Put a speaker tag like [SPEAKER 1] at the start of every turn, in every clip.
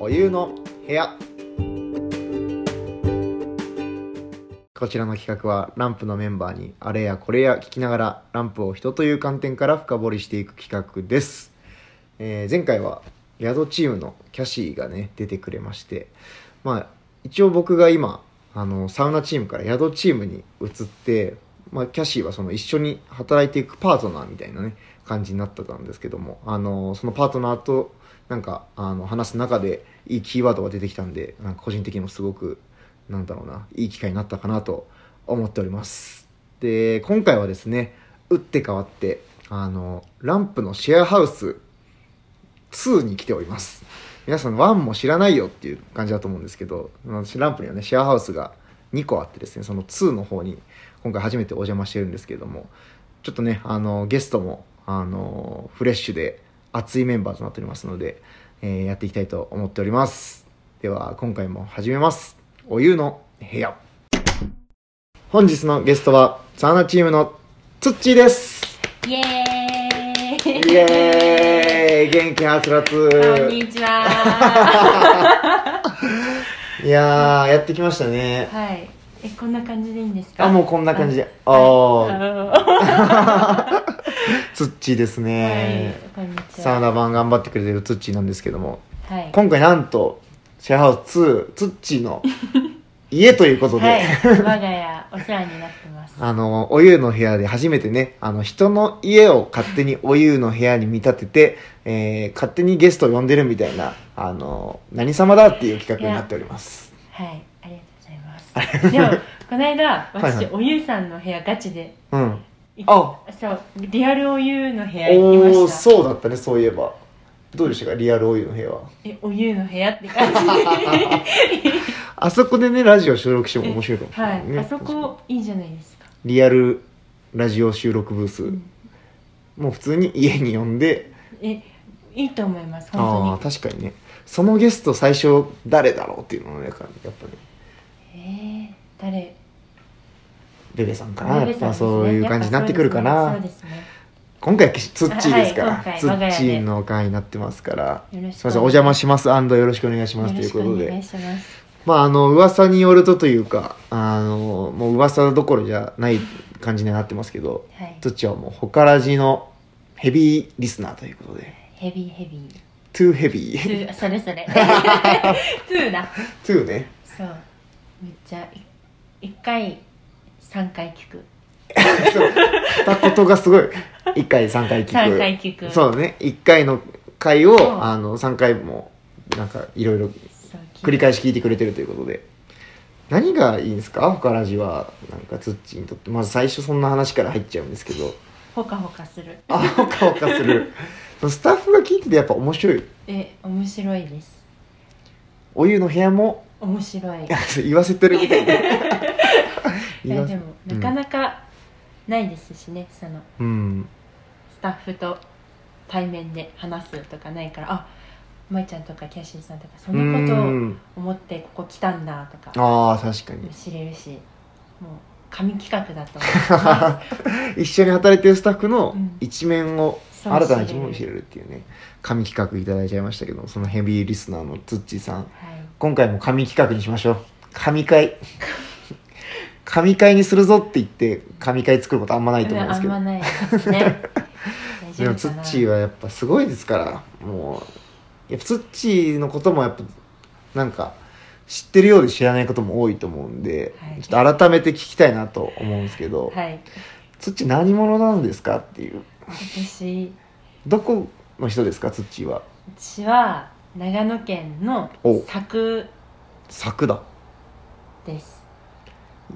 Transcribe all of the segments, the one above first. [SPEAKER 1] お湯の部屋こちらの企画はランプのメンバーにあれやこれや聞きながらランプを人という観点から深掘りしていく企画です、えー前回は宿チームのキャシーがね出てくれましてまあ一応僕が今あのサウナチームから宿チームに移って、まあ、キャシーはその一緒に働いていくパートナーみたいなね感じになってたんですけどもあのそのパートナーとなんかあの話す中でいいキーワードが出てきたんでなんか個人的にもすごくなんだろうないい機会になったかなと思っておりますで今回はですね打って変わってあのランプのシェアハウス2に来ております皆さん1も知らないよっていう感じだと思うんですけど私ランプにはねシェアハウスが2個あってですねその2の方に今回初めてお邪魔してるんですけれどもちょっとねあのゲストもあのフレッシュで熱いメンバーとなっておりますので、えーやっていきたいと思っておりますでは今回も始めますお湯の部屋本日のゲストはサウナチームのツッチーです
[SPEAKER 2] イエーイ
[SPEAKER 1] イエーイ元気はつらつ
[SPEAKER 2] こんにち は
[SPEAKER 1] いやーやってきましたね
[SPEAKER 2] はいえこんな感じでいいんですか
[SPEAKER 1] あもうこんな感じであ
[SPEAKER 2] あ
[SPEAKER 1] ー
[SPEAKER 2] のは
[SPEAKER 1] ツッチーですね、
[SPEAKER 2] いこんにち
[SPEAKER 1] サウ
[SPEAKER 2] は
[SPEAKER 1] ナ版頑張ってくれてるツッチーなんですけども
[SPEAKER 2] はい
[SPEAKER 1] 今回なんとシェアハウス2ツッチーの家ということで、
[SPEAKER 2] はい 我が家お世話になってます
[SPEAKER 1] あのお湯の部屋で初めてねあの人の家を勝手にお湯の部屋に見立てて、えー勝手にゲストを呼んでるみたいなあの何様だっていう企画になっております
[SPEAKER 2] はいありがとうございますでもこの間
[SPEAKER 1] いはい
[SPEAKER 2] 私、おゆうさんの部屋ガチで
[SPEAKER 1] うん
[SPEAKER 2] 行き
[SPEAKER 1] あ
[SPEAKER 2] そうリアルおゆうの部屋行き
[SPEAKER 1] お
[SPEAKER 2] ま
[SPEAKER 1] お
[SPEAKER 2] した
[SPEAKER 1] そうだったねそういえばどうでしたかリアルお湯の部屋は
[SPEAKER 2] えおゆうの部屋って感じ は
[SPEAKER 1] あそこでねラジオ収録しても面白いかもしれない、ね、
[SPEAKER 2] いあそこいいじゃないですか、
[SPEAKER 1] リアルラジオ収録ブース、
[SPEAKER 2] うん
[SPEAKER 1] もう普通に家に呼んで
[SPEAKER 2] えいいと思います
[SPEAKER 1] ああ
[SPEAKER 2] 本
[SPEAKER 1] ー確かにねそのゲスト最初誰だろうっていうのをねやっぱやっぱね
[SPEAKER 2] 当にえー、誰
[SPEAKER 1] ベベさんか
[SPEAKER 2] ベ
[SPEAKER 1] な、
[SPEAKER 2] ベ
[SPEAKER 1] やっ
[SPEAKER 2] さん
[SPEAKER 1] ぱ
[SPEAKER 2] ですね
[SPEAKER 1] そういう感じになってくるかな、
[SPEAKER 2] そうですね
[SPEAKER 1] 今回はツッチーですから、
[SPEAKER 2] はい今回
[SPEAKER 1] ツ
[SPEAKER 2] 我が家
[SPEAKER 1] ッ
[SPEAKER 2] で
[SPEAKER 1] チーの会になってますから
[SPEAKER 2] よろしく
[SPEAKER 1] すいませんお邪魔しますアンドよろしくお願いしますということ
[SPEAKER 2] よろしくお願い
[SPEAKER 1] で
[SPEAKER 2] します
[SPEAKER 1] まああの噂によるとというかあのもう噂どころじゃない感じにはなってますけど
[SPEAKER 2] はい
[SPEAKER 1] ツッチーはもうホカラジのヘビーリスナーということで
[SPEAKER 2] ヘビーヘビー
[SPEAKER 1] トゥーヘビ
[SPEAKER 2] ツ
[SPEAKER 1] ー
[SPEAKER 2] ーそ れそれツーな
[SPEAKER 1] トゥーね
[SPEAKER 2] そうめっちゃ1回3回聞く
[SPEAKER 1] そうたことがすごい1回3回聞く
[SPEAKER 2] 3回聞く
[SPEAKER 1] そうね1回の回を、
[SPEAKER 2] うん
[SPEAKER 1] あの3回もなんかいろいろ
[SPEAKER 2] そう聞い
[SPEAKER 1] 繰り返し聞いてくれてるということで何がいいんですかほからじはなんかツッチーにとってまず最初そんな話から入っちゃうんですけど
[SPEAKER 2] ほかほかする
[SPEAKER 1] あほかほかするスタッフが聞いててやっぱ面白い
[SPEAKER 2] え面白いです
[SPEAKER 1] お湯の部屋も
[SPEAKER 2] 面白い
[SPEAKER 1] 言わせてるみたい な
[SPEAKER 2] いやでもなかなかないですしね、その
[SPEAKER 1] うん
[SPEAKER 2] スタッフと対面で話すとかないからあまいちゃんとかキャシーさんとかそ
[SPEAKER 1] うん
[SPEAKER 2] なことを
[SPEAKER 1] ん
[SPEAKER 2] 思ってここ来たんだとか
[SPEAKER 1] ああ確かに
[SPEAKER 2] 知れるしもう神企画だと 思いま
[SPEAKER 1] 一緒に働いてるスタッフの
[SPEAKER 2] うん
[SPEAKER 1] 一面を、
[SPEAKER 2] そう
[SPEAKER 1] 新たな一面を知れるっていうね神企画いただいちゃいましたけどそのヘビーリスナーのツッチーさん
[SPEAKER 2] す、はい、
[SPEAKER 1] 今回も神企画にしましょう神会 神会にするぞって言って神会作ることあんまないと思うんですけ
[SPEAKER 2] あ
[SPEAKER 1] ど
[SPEAKER 2] んまないで すね大
[SPEAKER 1] で
[SPEAKER 2] 丈
[SPEAKER 1] も
[SPEAKER 2] 夫
[SPEAKER 1] ツ
[SPEAKER 2] か
[SPEAKER 1] ッ
[SPEAKER 2] な
[SPEAKER 1] チーはやっぱすごいですからもうやっぱツッチーのこともやっぱなんか知ってるようで知らないことも多いと思うんで、
[SPEAKER 2] はい
[SPEAKER 1] ちょっと改めて聞きたいなと思うんですけど、
[SPEAKER 2] はい
[SPEAKER 1] ツッチー何者なんですかっていう
[SPEAKER 2] 私
[SPEAKER 1] どこの人ですかツッチーは
[SPEAKER 2] 私は長野県の
[SPEAKER 1] お
[SPEAKER 2] 佐久
[SPEAKER 1] 柵だ
[SPEAKER 2] です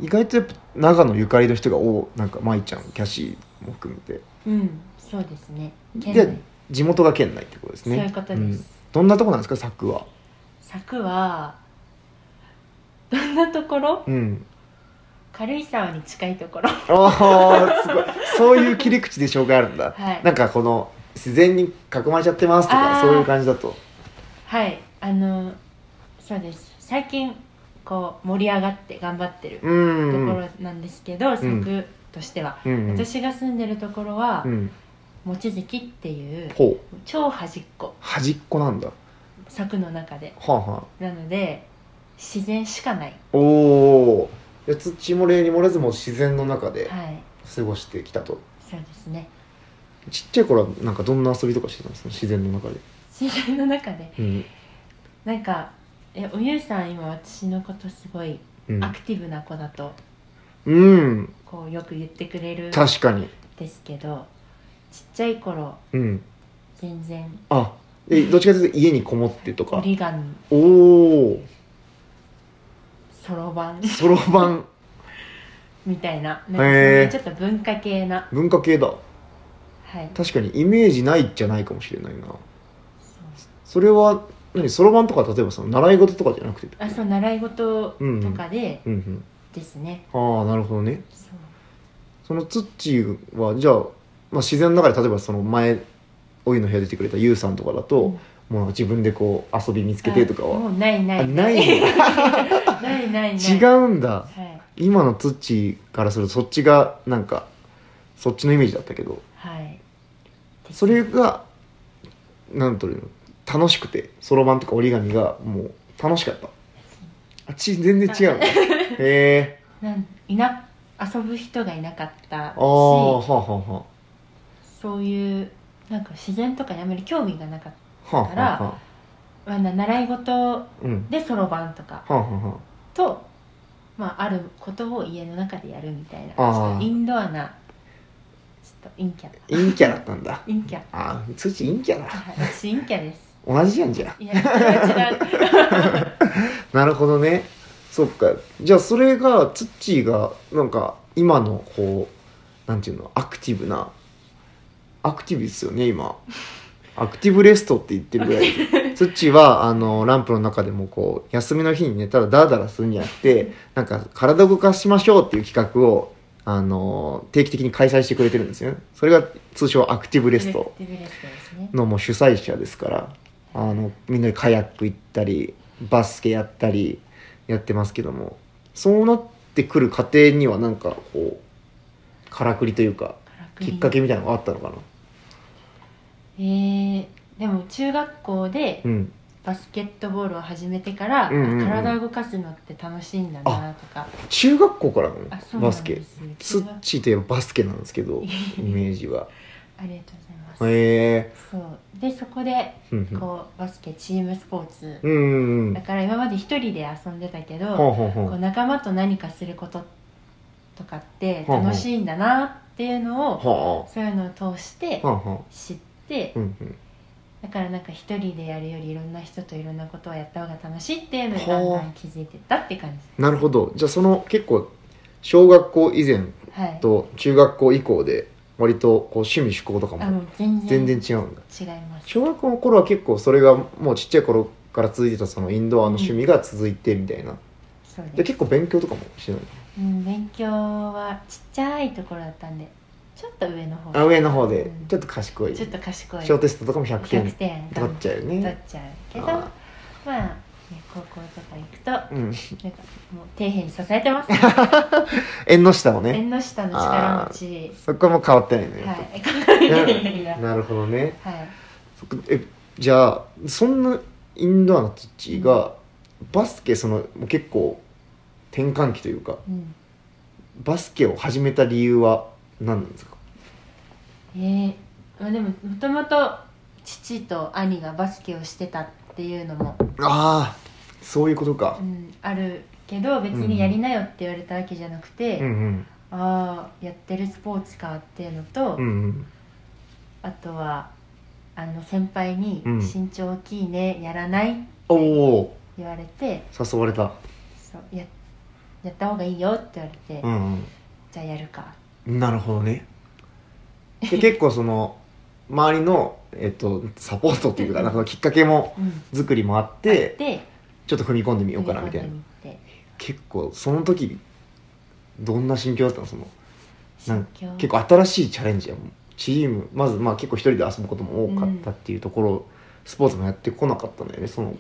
[SPEAKER 1] 意外とやっぱ長野ゆかりの人が多いなんか舞ちゃんキャシーも含めて
[SPEAKER 2] うんそうですね県
[SPEAKER 1] で
[SPEAKER 2] 内
[SPEAKER 1] 地元が県内ってことです
[SPEAKER 2] そう
[SPEAKER 1] ね
[SPEAKER 2] いうことです、
[SPEAKER 1] んどんなとこなんですか柵は
[SPEAKER 2] 佐久はどんなところ
[SPEAKER 1] うん
[SPEAKER 2] 軽井沢に近いところ
[SPEAKER 1] ああすごいそういう切り口で紹介あるんだ、
[SPEAKER 2] はい
[SPEAKER 1] なんかこの自然に囲まれちゃってますとか
[SPEAKER 2] あー
[SPEAKER 1] そういう感じだと
[SPEAKER 2] はいあのそうです最近こう盛り上がって頑張ってる
[SPEAKER 1] う
[SPEAKER 2] と
[SPEAKER 1] ー
[SPEAKER 2] こ
[SPEAKER 1] ん
[SPEAKER 2] ろなんですけど、佐久としては、
[SPEAKER 1] うんうん
[SPEAKER 2] 私が住んでるところは
[SPEAKER 1] うん
[SPEAKER 2] 望月っていう
[SPEAKER 1] ほう
[SPEAKER 2] 超端っこ
[SPEAKER 1] 端っこなんだ
[SPEAKER 2] 柵の中で
[SPEAKER 1] はんはん
[SPEAKER 2] なので自然しかない
[SPEAKER 1] おお土も例に漏れずもう自然の中で
[SPEAKER 2] はい
[SPEAKER 1] 過ごしてきたと、
[SPEAKER 2] そうですね
[SPEAKER 1] ちっちゃい頃はなんかどんな遊びとかしてたんですか自然の中で、
[SPEAKER 2] 自然の中で
[SPEAKER 1] うん
[SPEAKER 2] なんかえおゆうさん今私のことすごいアクティブな子だと
[SPEAKER 1] うん、うん、
[SPEAKER 2] こうよく言ってくれるん
[SPEAKER 1] 確かに
[SPEAKER 2] ですけどちっちゃい頃
[SPEAKER 1] うん
[SPEAKER 2] 全然
[SPEAKER 1] あえどっちかというと家にこもってとか
[SPEAKER 2] 折り紙
[SPEAKER 1] おお
[SPEAKER 2] そろばん
[SPEAKER 1] そろばん
[SPEAKER 2] みたいななんかそう
[SPEAKER 1] へ
[SPEAKER 2] い
[SPEAKER 1] ー
[SPEAKER 2] うちょっと文化系な
[SPEAKER 1] 文化系だ
[SPEAKER 2] はい
[SPEAKER 1] 確かにイメージないじゃないかもしれないな
[SPEAKER 2] そう
[SPEAKER 1] それは何そろばんとか例えばその習い事とかじゃなくて
[SPEAKER 2] あそう習い事
[SPEAKER 1] うんう
[SPEAKER 2] と
[SPEAKER 1] ん
[SPEAKER 2] かで
[SPEAKER 1] うん
[SPEAKER 2] ですね、
[SPEAKER 1] うんああなるほどね
[SPEAKER 2] そう
[SPEAKER 1] そのツッチーはじゃあ、まあ、自然の中で例えばその前お湯の部屋出てくれたユウさんとかだと、もう自分でこう遊び見つけてとか
[SPEAKER 2] あ
[SPEAKER 1] は、
[SPEAKER 2] もうないな
[SPEAKER 1] あ
[SPEAKER 2] い
[SPEAKER 1] ない
[SPEAKER 2] ない
[SPEAKER 1] んだ
[SPEAKER 2] ないない
[SPEAKER 1] 違うんだ
[SPEAKER 2] はい
[SPEAKER 1] 今のツッチーからするとそっちがなんかそっちのイメージだったけど
[SPEAKER 2] はい
[SPEAKER 1] それがなんというの楽しくてそろばんとか折り紙がもう楽しかったあち全然違う のへえ
[SPEAKER 2] なんいな遊ぶ人がいなかったし
[SPEAKER 1] ああはあはあは
[SPEAKER 2] そういうなんか自然とかにあまり興味がなかっ
[SPEAKER 1] あはあはあはあ
[SPEAKER 2] た、まあ、な習い事
[SPEAKER 1] うん
[SPEAKER 2] でそろばんとか
[SPEAKER 1] はあはあは
[SPEAKER 2] と、まあ、あることを家の中でやるみたいなち
[SPEAKER 1] あー
[SPEAKER 2] ょっとインドアなちょっと陰キャ
[SPEAKER 1] あ陰キャだったんだ
[SPEAKER 2] 陰キャ
[SPEAKER 1] ああツッチー陰キャだ
[SPEAKER 2] はい私陰キャです
[SPEAKER 1] 同じじゃんじゃん
[SPEAKER 2] いやそれは違 う
[SPEAKER 1] なるほどねそっかじゃあそれがツッチーがなんか今のこうなんていうのアクティブなアクティブですよね今アクティブレストって言ってるぐらいツッチーはあのランプの中でもこう休みの日にねただダラダラするんじゃなくてなんか体動かしましょうっていう企画をあの定期的に開催してくれてるんですよねそれが通称アクティブレスト
[SPEAKER 2] デブレストですね
[SPEAKER 1] のもう主催者ですからあのみんなでカヤック行ったりバスケやったりやってますけどもそうなってくる過程にはなんかこうからくりというか
[SPEAKER 2] からくり
[SPEAKER 1] きっかけみたいなのがあったのかな
[SPEAKER 2] えーでも中学校で
[SPEAKER 1] うん
[SPEAKER 2] バスケットボールを始めてから、
[SPEAKER 1] うんうんうん
[SPEAKER 2] 体を動かすのって楽しいんだなとか
[SPEAKER 1] 中学校から
[SPEAKER 2] あそ
[SPEAKER 1] のバ
[SPEAKER 2] うなんで
[SPEAKER 1] ス
[SPEAKER 2] す
[SPEAKER 1] ケ
[SPEAKER 2] 中
[SPEAKER 1] ツ
[SPEAKER 2] 学
[SPEAKER 1] ッチーといえばバスケなんですけどイメージ は
[SPEAKER 2] ありがとうございます
[SPEAKER 1] へえ
[SPEAKER 2] そうでそこで
[SPEAKER 1] ふんふん
[SPEAKER 2] こうバスケチームスポーツ
[SPEAKER 1] うんうんう
[SPEAKER 2] だ
[SPEAKER 1] ん
[SPEAKER 2] から今まで一人で遊んでたけ
[SPEAKER 1] ほう
[SPEAKER 2] ど
[SPEAKER 1] ほうほ
[SPEAKER 2] こう
[SPEAKER 1] う
[SPEAKER 2] 仲間と何かすることとかって
[SPEAKER 1] ほうほう
[SPEAKER 2] 楽しいんだなっていうのを
[SPEAKER 1] は
[SPEAKER 2] そういうのを通して
[SPEAKER 1] あはあは
[SPEAKER 2] 知って
[SPEAKER 1] あうんうん
[SPEAKER 2] だからなんか一人でやるよりいろんな人といろんなことをやった方が楽しいっていうのにだんだん気づいてったって感じ
[SPEAKER 1] なるほどじゃあその結構小学校以前
[SPEAKER 2] はい
[SPEAKER 1] と中学校以降で割とこう趣味趣向とか
[SPEAKER 2] あ
[SPEAKER 1] も
[SPEAKER 2] の全然
[SPEAKER 1] 全然違うんだ
[SPEAKER 2] 違います
[SPEAKER 1] 小学校の頃は結構それがもうちっちゃい頃から続いてたそのインドアの趣味が続いてみたいな、
[SPEAKER 2] そう
[SPEAKER 1] で
[SPEAKER 2] です、
[SPEAKER 1] 結構勉強とかもしてない
[SPEAKER 2] うん、勉強はちっちゃいところだったんでちょっと上の方
[SPEAKER 1] あ上の方で
[SPEAKER 2] うん
[SPEAKER 1] ちょっと賢い
[SPEAKER 2] ちょっと賢い
[SPEAKER 1] 小テストとかも100
[SPEAKER 2] 100
[SPEAKER 1] 点
[SPEAKER 2] 点
[SPEAKER 1] 取っちゃうよ
[SPEAKER 2] 取っ
[SPEAKER 1] ね
[SPEAKER 2] ちゃうけど
[SPEAKER 1] あ
[SPEAKER 2] まあ、ね、高校とか行くとなんか
[SPEAKER 1] うん
[SPEAKER 2] もう底辺に支えてます
[SPEAKER 1] 縁の下をね
[SPEAKER 2] 縁の下の力持ち
[SPEAKER 1] そこはもう変わってないね、
[SPEAKER 2] はいいやいやいや
[SPEAKER 1] なるほどね
[SPEAKER 2] はい
[SPEAKER 1] そっかえじゃあそんなインドアの土が、バスケそのもう結構転換期というか
[SPEAKER 2] うん
[SPEAKER 1] バスケを始めた理由は何なんですか
[SPEAKER 2] えーまあ、でももともと父と兄がバスケをしてたっていうのも、
[SPEAKER 1] ああそういうことか
[SPEAKER 2] うん、あるけど別にやりなよって言われたわけじゃなくて、
[SPEAKER 1] うん
[SPEAKER 2] ああやってるスポーツかっていうのと、
[SPEAKER 1] うんうん
[SPEAKER 2] あとはあの先輩に
[SPEAKER 1] うん
[SPEAKER 2] 「身長大きいねやらない?」って
[SPEAKER 1] おお
[SPEAKER 2] 言われて
[SPEAKER 1] ー誘われた
[SPEAKER 2] 「そうややった方がいいよ」って言われて「
[SPEAKER 1] うん、
[SPEAKER 2] じゃあやるか
[SPEAKER 1] うん、なるほど ねで結構その周りの、えっと、サポートっていうかなんかきっかけも」
[SPEAKER 2] うん
[SPEAKER 1] 作りもあっ
[SPEAKER 2] で
[SPEAKER 1] てちょっと踏み込んでみようかなみたいな
[SPEAKER 2] て
[SPEAKER 1] 結構その時どんな心境だったのそのなん
[SPEAKER 2] 心境
[SPEAKER 1] 結構新しいチャレンジやもんチームまずまあ結構一人で遊ぶことも多かったっていうところ、スポーツもやってこなかったんだよねその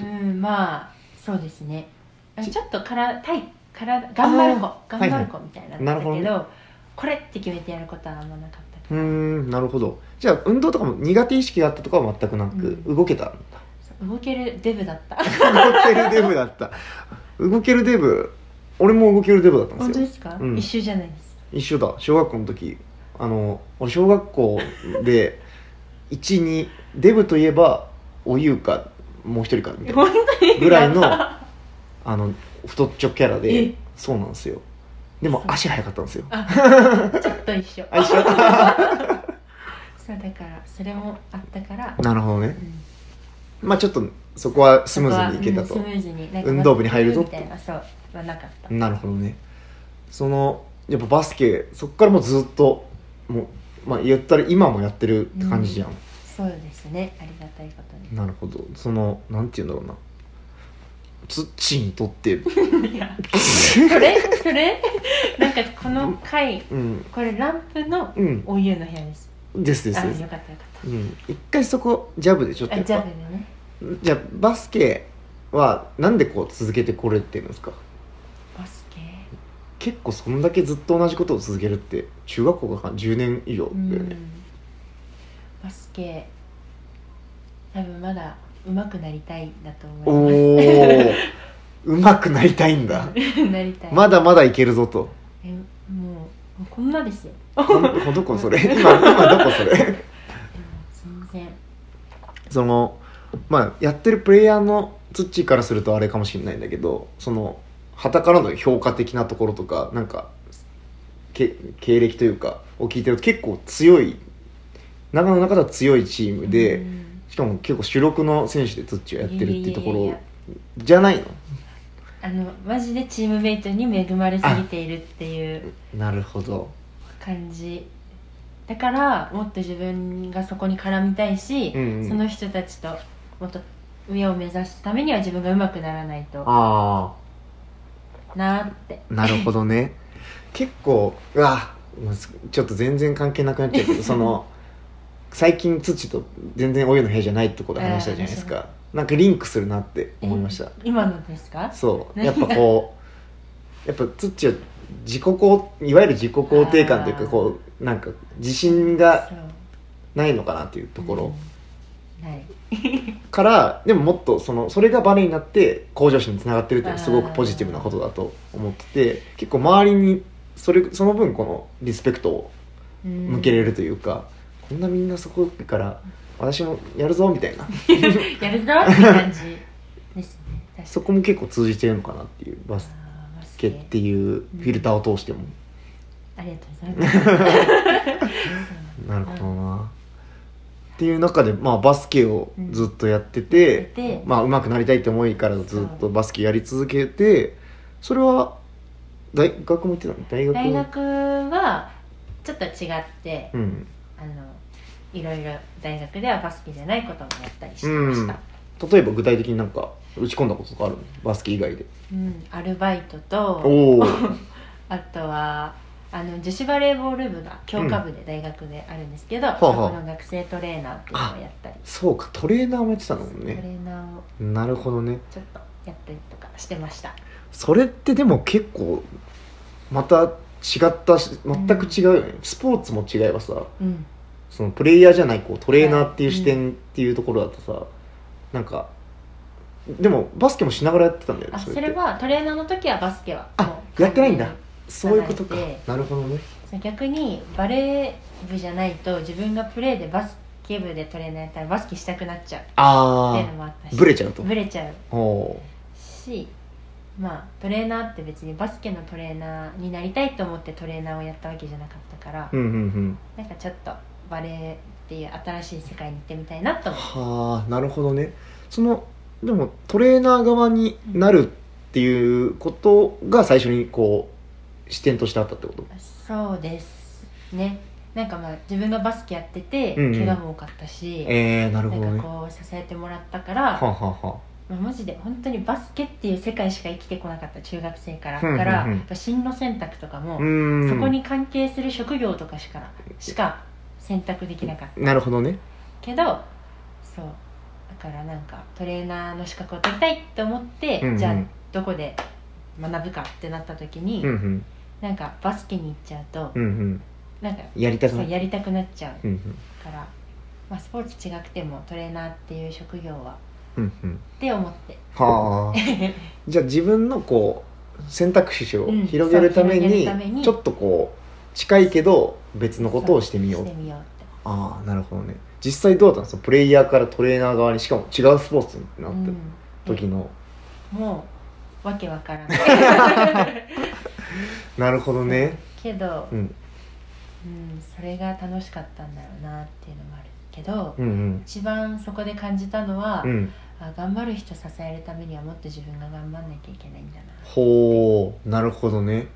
[SPEAKER 2] うんまあそうですねあのちょっとから体から頑張る子
[SPEAKER 1] ー
[SPEAKER 2] 頑張る子みたいな
[SPEAKER 1] な
[SPEAKER 2] の
[SPEAKER 1] る
[SPEAKER 2] だ
[SPEAKER 1] ほど
[SPEAKER 2] け
[SPEAKER 1] ね
[SPEAKER 2] どこれって決めてやることはあんまなかった
[SPEAKER 1] う
[SPEAKER 2] か
[SPEAKER 1] ー
[SPEAKER 2] ら
[SPEAKER 1] んなるほどじゃあ運動とかも苦手意識があったとかは全くなく、
[SPEAKER 2] う
[SPEAKER 1] 動けたんだ
[SPEAKER 2] そう動けるデブだった
[SPEAKER 1] 動けるデブだった動けるデブ俺も動けるデブだったん
[SPEAKER 2] 本
[SPEAKER 1] です
[SPEAKER 2] 当
[SPEAKER 1] よ
[SPEAKER 2] ですか、
[SPEAKER 1] うん
[SPEAKER 2] 一緒じゃないです
[SPEAKER 1] 一緒だ小学校の時あの俺小学校で12デブといえばおゆうかもう一人かみたいな
[SPEAKER 2] 本当に
[SPEAKER 1] ぐらいの
[SPEAKER 2] やった
[SPEAKER 1] あの太っちょキャラで
[SPEAKER 2] え
[SPEAKER 1] そうなんですよでも足速かったんですよ
[SPEAKER 2] ちょっと一緒
[SPEAKER 1] あ一緒
[SPEAKER 2] そうだからそれもあったから、
[SPEAKER 1] なるほど
[SPEAKER 2] う
[SPEAKER 1] ね
[SPEAKER 2] ん
[SPEAKER 1] まあちょっとそこはスムーズにいけた
[SPEAKER 2] そ
[SPEAKER 1] と
[SPEAKER 2] こはうんスムーズになんか
[SPEAKER 1] 運動部に入るぞ
[SPEAKER 2] みたいなそうはなかった
[SPEAKER 1] なるほどねそのやっぱバスケそこからもうずっともう、まあ、言ったら今もやってるって感じじゃん、
[SPEAKER 2] そうですねありがたいことに
[SPEAKER 1] なるほどそのなんて言うんだろうなツッチにとって
[SPEAKER 2] いやそれそれ なんかこの回
[SPEAKER 1] うん
[SPEAKER 2] これランプの
[SPEAKER 1] うん
[SPEAKER 2] お湯の部屋です
[SPEAKER 1] ですです
[SPEAKER 2] あ
[SPEAKER 1] です
[SPEAKER 2] よかったよかっ
[SPEAKER 1] うん、一回そこジャブでちょっと
[SPEAKER 2] た
[SPEAKER 1] や
[SPEAKER 2] あ
[SPEAKER 1] っぱ
[SPEAKER 2] ジャブでね
[SPEAKER 1] じゃあバスケはなんでこう続けてこれてるんですか
[SPEAKER 2] バスケ
[SPEAKER 1] 結構そんだけずっと同じことを続けるって中学校から10年以上だ
[SPEAKER 2] う
[SPEAKER 1] よね、
[SPEAKER 2] んバスケ多分まだ上手くなりたいだと
[SPEAKER 1] お
[SPEAKER 2] 思い
[SPEAKER 1] おうまくなりたいんだ
[SPEAKER 2] ます なりたい、
[SPEAKER 1] まだまだいけるぞ と
[SPEAKER 2] えもうもうこんなですよ
[SPEAKER 1] ほんどこそれ今今どこそれ
[SPEAKER 2] でも全然
[SPEAKER 1] そのまあやってるプレイヤーのツッチーからするとあれかもしれないんだけどその旗からの評価的なところとかなんかけ経歴というかを聞いてると結構強い長野の中では強いチームで、
[SPEAKER 2] うん
[SPEAKER 1] しかも結構主力の選手でツッチーがやってるっていうとこ
[SPEAKER 2] いやいやいやい
[SPEAKER 1] ろ
[SPEAKER 2] や
[SPEAKER 1] じゃないの
[SPEAKER 2] あのマジでチームメイトに恵まれすぎているっていう
[SPEAKER 1] なるほど
[SPEAKER 2] 感じだからもっと自分がそこに絡みたいし、
[SPEAKER 1] うんうん
[SPEAKER 2] その人たちともっと上を目指すためには自分が上手くならないと
[SPEAKER 1] あ
[SPEAKER 2] なーって
[SPEAKER 1] あなるほどね結構うわもうすちょっと全然関係なくなっちゃう けどその最近土と全然お湯の部屋じゃないってことを話したじゃないですかなんかリンクするなって思いました
[SPEAKER 2] え今のですか
[SPEAKER 1] そうやっぱこ うやっぱ土は自己肯いわゆる自己肯定感という
[SPEAKER 2] あ
[SPEAKER 1] か
[SPEAKER 2] ー
[SPEAKER 1] こうなんか自信が
[SPEAKER 2] そう
[SPEAKER 1] ないのかなっていうところ、
[SPEAKER 2] うんない
[SPEAKER 1] からでももっとそのそれがバネになって向上心につながってるっていうのはすごくポジティブなことだと思ってて結構周りにそれその分このリスペクトを向けれるというか、こんなみんなそこから私もやるぞみたいな
[SPEAKER 2] うん やるぞって感じですね 確かに
[SPEAKER 1] そこも結構通じてるのかなっていうバス
[SPEAKER 2] あーバス
[SPEAKER 1] ケっていうフィルターを通しても、
[SPEAKER 2] ありがとうございます そう
[SPEAKER 1] なるほどな、っていう中で、まあ、バスケをずっとやってて、
[SPEAKER 2] で
[SPEAKER 1] まあ上手くなりたいって思いからずっとバスケやり続けてそれは大学も行ってたの大学
[SPEAKER 2] 大学はちょっと違って、
[SPEAKER 1] うん
[SPEAKER 2] あのいろいろ大学ではバスケじゃないこともやったりしてました、
[SPEAKER 1] 例えば具体的になんか打ち込んだこととかあるのバスケ以外で
[SPEAKER 2] うんアルバイトと
[SPEAKER 1] おお
[SPEAKER 2] あとはあの女子バレーボール部が教科部で大学であるんですけど、
[SPEAKER 1] あ
[SPEAKER 2] そ
[SPEAKER 1] はあ
[SPEAKER 2] この学生トレーナーっていうのをやったり、
[SPEAKER 1] そうかトレーナーもやってたのも
[SPEAKER 2] トレ
[SPEAKER 1] ね
[SPEAKER 2] ーナーを
[SPEAKER 1] なるほどね
[SPEAKER 2] ちょっとやったりとかしてました
[SPEAKER 1] それってでも結構また違ったし全く違うよね、スポーツも違えばさ
[SPEAKER 2] うん
[SPEAKER 1] そのプレイヤーじゃないこうトレーナーっていう視点っていうところだとさ、なんかでもバスケもしながらやってたんだよね
[SPEAKER 2] あそ
[SPEAKER 1] れっ
[SPEAKER 2] れ
[SPEAKER 1] て
[SPEAKER 2] はトレーナーの時はバスケは
[SPEAKER 1] あ
[SPEAKER 2] もう
[SPEAKER 1] やってないんだそういうことか
[SPEAKER 2] 考えて
[SPEAKER 1] なるほどね
[SPEAKER 2] 逆にバレー部じゃないと自分がプレーでバスケ部でトレーナーやったらバスケしたくなっちゃうっていうの
[SPEAKER 1] あ
[SPEAKER 2] もあった
[SPEAKER 1] あ
[SPEAKER 2] し
[SPEAKER 1] ブレちゃうと
[SPEAKER 2] ブレちゃう
[SPEAKER 1] おー
[SPEAKER 2] しまあトレーナーって別にバスケのトレーナーになりたいと思ってトレーナーをやったわけじゃなかったから、
[SPEAKER 1] うんうんうん
[SPEAKER 2] なんかちょっとバレーっていう新しい世界に行ってみたいなと思って
[SPEAKER 1] はあなるほどねそのでもトレーナー側になるっていうことが最初にこう視点としてあったってこと
[SPEAKER 2] そうですねなんかまあ自分がバスケやってて
[SPEAKER 1] うんうん
[SPEAKER 2] 怪我も多かったし、
[SPEAKER 1] えー、なるほど
[SPEAKER 2] なん
[SPEAKER 1] ね
[SPEAKER 2] か
[SPEAKER 1] は
[SPEAKER 2] こう支えてもらったか
[SPEAKER 1] あ
[SPEAKER 2] ら、
[SPEAKER 1] はあは
[SPEAKER 2] まあ、マジで本当にバスケっていう世界しか生きてこなかった中学生から
[SPEAKER 1] うんうんうん
[SPEAKER 2] だからやっぱ進路選択とかも
[SPEAKER 1] あうーん
[SPEAKER 2] そこに関係する職業とかしかしか選択できなかった
[SPEAKER 1] なるほどね
[SPEAKER 2] けどそうだからなんかトレーナーの資格を取りたいと思って、
[SPEAKER 1] うんうん
[SPEAKER 2] じゃあどこで学ぶかってなった時に、
[SPEAKER 1] うんうん
[SPEAKER 2] なんかバスケに行っちゃうと、
[SPEAKER 1] うんうん
[SPEAKER 2] なんか
[SPEAKER 1] やりたく
[SPEAKER 2] そ
[SPEAKER 1] な
[SPEAKER 2] う
[SPEAKER 1] い
[SPEAKER 2] やりたくなっちゃう
[SPEAKER 1] うんうん
[SPEAKER 2] から、まあ、スポーツ違くてもトレーナーっていう職業は
[SPEAKER 1] ううんうん
[SPEAKER 2] て思って
[SPEAKER 1] はあじゃあ自分のこう選択肢を
[SPEAKER 2] うん
[SPEAKER 1] 広げるため
[SPEAKER 2] そう広げ
[SPEAKER 1] に,、
[SPEAKER 2] るために
[SPEAKER 1] ちょっとこう近いけど別のことをしてみよう
[SPEAKER 2] してみようって
[SPEAKER 1] ああなるほどね実際どうだったのそのプレイヤーからトレーナー側にしかも違うスポーツになっ
[SPEAKER 2] うん
[SPEAKER 1] た時の、
[SPEAKER 2] もうわけわからない
[SPEAKER 1] なるほどね
[SPEAKER 2] けど、
[SPEAKER 1] うん
[SPEAKER 2] うん、それが楽しかったんだろうなっていうのもあるけど、
[SPEAKER 1] うん
[SPEAKER 2] 一番そこで感じたのは、
[SPEAKER 1] うんうん
[SPEAKER 2] あ頑張る人支えるためにはもっと自分が頑張んなきゃいけないんだな
[SPEAKER 1] ほうなるほどね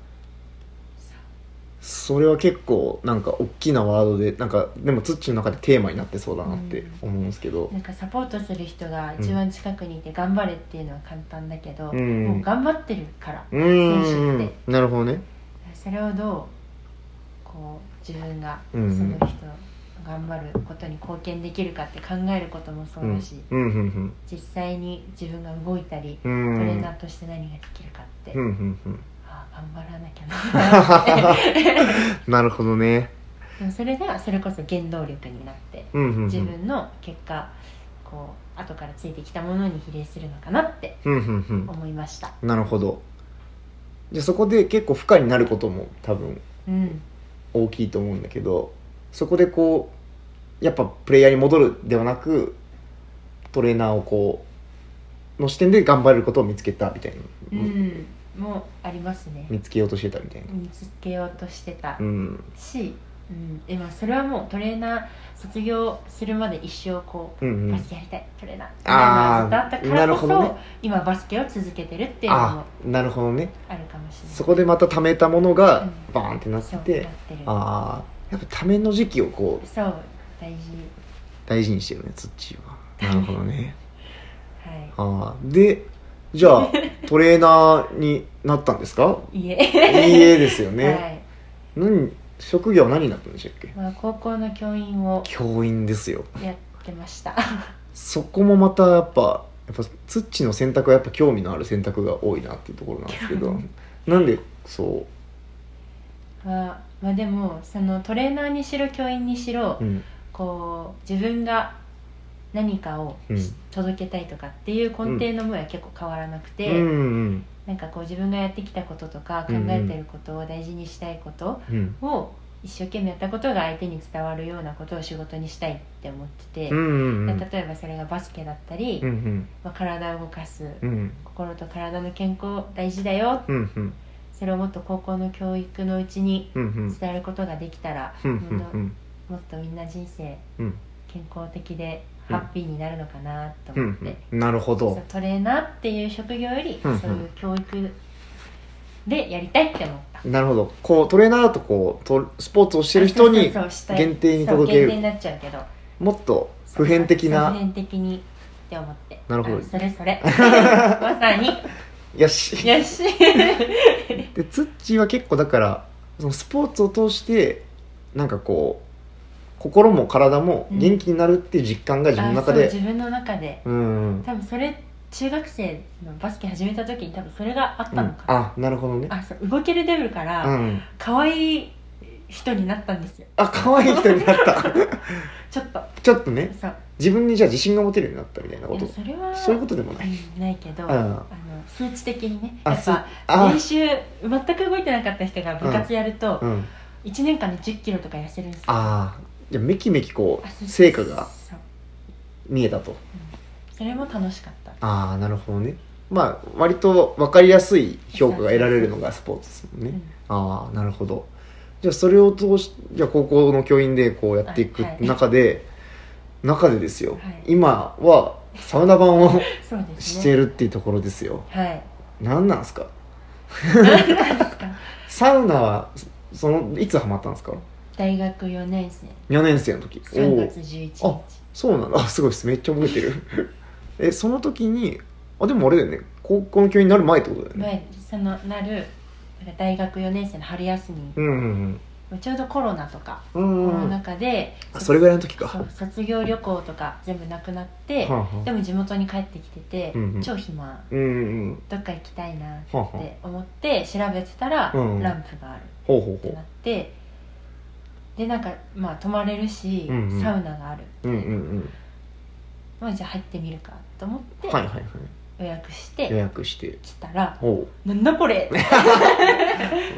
[SPEAKER 1] それは結構なんか大きなワードでなんかでもツッチーの中でテーマになってそうだなって思うんですけど、
[SPEAKER 2] なんかサポートする人が一番近くにいて頑張れっていうのは簡単だけど、
[SPEAKER 1] うん
[SPEAKER 2] もう頑張ってるから
[SPEAKER 1] うー
[SPEAKER 2] 選手っ
[SPEAKER 1] んなるほどね
[SPEAKER 2] それをどうこう自分がそ
[SPEAKER 1] うんうん
[SPEAKER 2] の人頑張ることに貢献できるかって考えることもそうだし、
[SPEAKER 1] うんうん
[SPEAKER 2] 実際に自分が動いたり、
[SPEAKER 1] う
[SPEAKER 2] ト
[SPEAKER 1] んう
[SPEAKER 2] レー
[SPEAKER 1] ん
[SPEAKER 2] ナーとして何ができるかって、
[SPEAKER 1] うんうんうん
[SPEAKER 2] ああ頑張らな きゃな
[SPEAKER 1] なるほどね
[SPEAKER 2] でもそれがそれこそ原動力になって
[SPEAKER 1] うんうんうん
[SPEAKER 2] 自分の結果こう後からついてきたものに比例するのかなって
[SPEAKER 1] うんうん
[SPEAKER 2] 思いました、
[SPEAKER 1] うんなるほどじゃあそこで結構負荷になることも多分
[SPEAKER 2] うん、
[SPEAKER 1] 大きいと思うんだけどそこでこうやっぱプレイヤーに戻るではなくトレーナーをこうの視点で頑張れることを見つけたみたいな、
[SPEAKER 2] うん、もうありますね
[SPEAKER 1] 見つけようとしてたみたいな
[SPEAKER 2] 見つけようとしてた
[SPEAKER 1] うん
[SPEAKER 2] し、うん、でもそれはもうトレーナー卒業するまで一生こ
[SPEAKER 1] うん
[SPEAKER 2] う
[SPEAKER 1] う
[SPEAKER 2] バ
[SPEAKER 1] ん
[SPEAKER 2] スケやりたいトレーナーみたいな
[SPEAKER 1] あー
[SPEAKER 2] のがずっとあったからこ
[SPEAKER 1] なるほ
[SPEAKER 2] そ、
[SPEAKER 1] どね
[SPEAKER 2] 今バスケを続けてるっていうのも
[SPEAKER 1] あなるほどね
[SPEAKER 2] あるかもしれない
[SPEAKER 1] そこでまた貯めたものが
[SPEAKER 2] うん
[SPEAKER 1] バーンってなっ
[SPEAKER 2] そうなって
[SPEAKER 1] て、
[SPEAKER 2] る
[SPEAKER 1] ああやっぱための時期をこう
[SPEAKER 2] そう大事
[SPEAKER 1] 大事にしてるねツッチーはなるほどね
[SPEAKER 2] は
[SPEAKER 1] ああでじ ゃあトレーナーになったんですか
[SPEAKER 2] いい
[SPEAKER 1] いい
[SPEAKER 2] え
[SPEAKER 1] えですよね、
[SPEAKER 2] はい
[SPEAKER 1] 何職業は何になったんでしたっけ
[SPEAKER 2] まあ、高校の教員を
[SPEAKER 1] 教員ですよ
[SPEAKER 2] やってました
[SPEAKER 1] そこもまたやっぱやっぱツッチーの選択はやっぱ興味のある選択が多いなっていうところなんですけどなんでそ
[SPEAKER 2] まあ、まあでもそのトレーナーにしろ教員にしろ、
[SPEAKER 1] ううん
[SPEAKER 2] こう自分が何かを
[SPEAKER 1] う
[SPEAKER 2] し、
[SPEAKER 1] ん
[SPEAKER 2] 届けたいとかっていう根底の思いは結構変わらなく
[SPEAKER 1] う
[SPEAKER 2] て、
[SPEAKER 1] んうん
[SPEAKER 2] なんかこう自分がやってきたこととか考
[SPEAKER 1] うんうん
[SPEAKER 2] えてることを大事にしたいこと
[SPEAKER 1] うん
[SPEAKER 2] を一生懸命やったことが相手に伝わるようなことを仕事にしたいって思ってて、
[SPEAKER 1] うんうんうん
[SPEAKER 2] 例えばそれがバスケだったり、
[SPEAKER 1] うん
[SPEAKER 2] まあ、体を動かす、
[SPEAKER 1] うんうん
[SPEAKER 2] 心と体の健康大事だよ
[SPEAKER 1] うんうん
[SPEAKER 2] それをもっと高校の教育のうちに
[SPEAKER 1] うんうん
[SPEAKER 2] 伝えることができたら、
[SPEAKER 1] うんうん
[SPEAKER 2] みんな
[SPEAKER 1] うん
[SPEAKER 2] もっとみんな人生
[SPEAKER 1] うん
[SPEAKER 2] 健康的で
[SPEAKER 1] うん
[SPEAKER 2] ハッピーになるのかなと
[SPEAKER 1] う
[SPEAKER 2] 思って、
[SPEAKER 1] んうんなるほ
[SPEAKER 2] そ
[SPEAKER 1] ど
[SPEAKER 2] うトレーナーっていう職業より、
[SPEAKER 1] うんうん
[SPEAKER 2] そういう教育でやりたいって思った
[SPEAKER 1] なるほどこうトレーナーだとこうとスポーツをしてる人に
[SPEAKER 2] そうそうしたい
[SPEAKER 1] 限定に届ける
[SPEAKER 2] そう限定になっちゃうけど
[SPEAKER 1] もっと普遍的
[SPEAKER 2] 普
[SPEAKER 1] な
[SPEAKER 2] 遍的にって思って
[SPEAKER 1] なるほど
[SPEAKER 2] あそれ それまさに
[SPEAKER 1] よし
[SPEAKER 2] よし
[SPEAKER 1] でツッチーは結構だからそのスポーツを通してなんかこう心も体も元気になるっていう実 感が自分の中
[SPEAKER 2] あそう
[SPEAKER 1] で
[SPEAKER 2] 自分の中で
[SPEAKER 1] うんうん
[SPEAKER 2] 多分それ中学生のバスケ始めた時に多分それがあったのかな、
[SPEAKER 1] あなるほどね
[SPEAKER 2] あそう動けるデブルか
[SPEAKER 1] う
[SPEAKER 2] ら
[SPEAKER 1] ん
[SPEAKER 2] 可愛い人になったんですよ
[SPEAKER 1] あ可愛い人になった
[SPEAKER 2] ちょっと
[SPEAKER 1] ちょっとね
[SPEAKER 2] そう
[SPEAKER 1] 自分にじゃあ自信が持てるようになったみたいないこ
[SPEAKER 2] や
[SPEAKER 1] と
[SPEAKER 2] それは
[SPEAKER 1] そういうことでもない
[SPEAKER 2] うんないけど、
[SPEAKER 1] うん
[SPEAKER 2] あの数値的にね
[SPEAKER 1] あ
[SPEAKER 2] やっぱ
[SPEAKER 1] あ
[SPEAKER 2] 練習全く動いてなかった人が部活やると
[SPEAKER 1] うん
[SPEAKER 2] 1年間で1 0キロとか痩せるんですよ
[SPEAKER 1] あーじゃあめきめきこ
[SPEAKER 2] あそう
[SPEAKER 1] 成果が
[SPEAKER 2] そう
[SPEAKER 1] 見えたと
[SPEAKER 2] それも楽しかった
[SPEAKER 1] ああなるほどねまあ割と分かりやすい評価が得られるのがスポーツですもんね、
[SPEAKER 2] うん
[SPEAKER 1] ああなるほどじゃあそれを通しじゃあ高校の教員でこうやっていく
[SPEAKER 2] はいはい
[SPEAKER 1] 中で、中でですよ、
[SPEAKER 2] はい
[SPEAKER 1] 今はサウナ版を
[SPEAKER 2] そうですね
[SPEAKER 1] してるっていうところですよ
[SPEAKER 2] はい
[SPEAKER 1] 何なんですか
[SPEAKER 2] 何ですか
[SPEAKER 1] サウナはそのいつハマったんですか
[SPEAKER 2] 大学4年生
[SPEAKER 1] 4年生の時
[SPEAKER 2] 3
[SPEAKER 1] お
[SPEAKER 2] 月
[SPEAKER 1] お
[SPEAKER 2] 11日
[SPEAKER 1] あそうなんだあすごいですめっちゃ覚えてるえその時にあでもあれだよね高校の教員になる前ってことだよね
[SPEAKER 2] 前そのなるなんか大学4年生の春休み
[SPEAKER 1] うんうん
[SPEAKER 2] ちょうどコロナとか、
[SPEAKER 1] うんうん
[SPEAKER 2] コ
[SPEAKER 1] う
[SPEAKER 2] ロ
[SPEAKER 1] んう
[SPEAKER 2] ナ
[SPEAKER 1] ん
[SPEAKER 2] 禍で
[SPEAKER 1] あそれぐらいの時か
[SPEAKER 2] そう卒業旅行とか全部なくなって、
[SPEAKER 1] はあはあ
[SPEAKER 2] でも地元に帰ってきてて、
[SPEAKER 1] うんうん
[SPEAKER 2] 超暇
[SPEAKER 1] うんうんうん
[SPEAKER 2] どっか行きたいなっ
[SPEAKER 1] はあはあ
[SPEAKER 2] て思って調べてたら、
[SPEAKER 1] うんうん
[SPEAKER 2] ランプがある
[SPEAKER 1] ほうほう
[SPEAKER 2] っ
[SPEAKER 1] ほ
[SPEAKER 2] てなってでなんかまあ泊まれるし、
[SPEAKER 1] うんうん
[SPEAKER 2] サウナがある、
[SPEAKER 1] ううんうんうん
[SPEAKER 2] まあじゃあ入ってみるかと思って
[SPEAKER 1] はいはいは
[SPEAKER 2] 予約し
[SPEAKER 1] い予
[SPEAKER 2] て
[SPEAKER 1] 約して
[SPEAKER 2] 来たら
[SPEAKER 1] お
[SPEAKER 2] 「なんだこれ! 」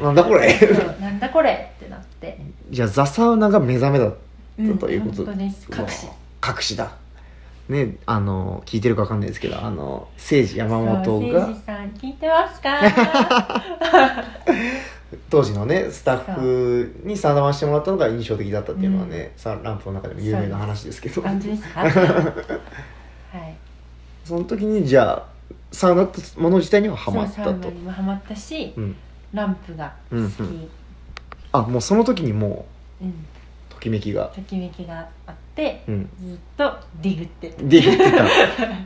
[SPEAKER 1] うなんだこれ
[SPEAKER 2] そうなんだこれ!」ってなって、
[SPEAKER 1] じゃあザ・サウナが目覚めだ
[SPEAKER 2] うん、
[SPEAKER 1] ということ
[SPEAKER 2] 本当です隠し
[SPEAKER 1] うわ隠しだねあの聞いてるかわかんないですけどあの政治山本
[SPEAKER 2] そう
[SPEAKER 1] が
[SPEAKER 2] 誠司さん聞いてますか
[SPEAKER 1] 当時のねスタッフにサウナマンしてもらったのが印象的だったっていうのはね、さランプの中でも有名な話ですけど
[SPEAKER 2] 感じ ですかはい
[SPEAKER 1] その時にじゃあサウナってもの自体にはハマっ
[SPEAKER 2] そ
[SPEAKER 1] た
[SPEAKER 2] うサウナ
[SPEAKER 1] と
[SPEAKER 2] にもハマったし、
[SPEAKER 1] うん
[SPEAKER 2] ランプが好
[SPEAKER 1] う
[SPEAKER 2] き、うんん
[SPEAKER 1] うんあもうその時にもうときめきが
[SPEAKER 2] ときめきがあって
[SPEAKER 1] うん
[SPEAKER 2] ずっとディグってた
[SPEAKER 1] で言ってた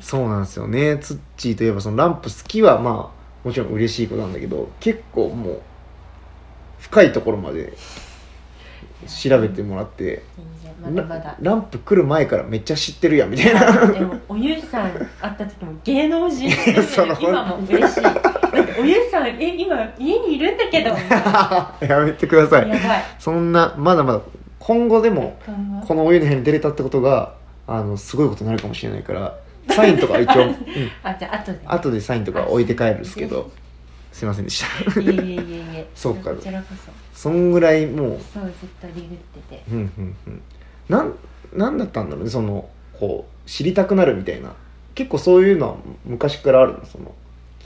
[SPEAKER 1] そうなんですよねツッチーといえばそのランプ好きはまあもちろん嬉しいことなんだけど結構もう深いところまで調べてもらって
[SPEAKER 2] 全然まだまだ
[SPEAKER 1] ラランプ来る前からめっちゃ知ってるやんみたいな
[SPEAKER 2] でもおゆうさん会った時も芸能人っていう
[SPEAKER 1] その
[SPEAKER 2] のが今も嬉しいなんかおゆうさんえ今家にいるんだけどや
[SPEAKER 1] やめてくださ
[SPEAKER 2] ば
[SPEAKER 1] い
[SPEAKER 2] い
[SPEAKER 1] そんなまだまだ今後でも
[SPEAKER 2] 今後
[SPEAKER 1] このお湯の部屋に出れたってことがあのすごいことになるかもしれないからサインとかは 一応、うん、
[SPEAKER 2] あじゃあ後で
[SPEAKER 1] 後でサインとか置いて帰るんですけどすいませんでした
[SPEAKER 2] いえいえいえいえ
[SPEAKER 1] そうか
[SPEAKER 2] こちらこそ
[SPEAKER 1] そんぐらいもう
[SPEAKER 2] そうずっとリグってて
[SPEAKER 1] うんうんうんなんなんだったんだろうねそのこう知りたくなるみたいな結構そういうのは昔からあるのその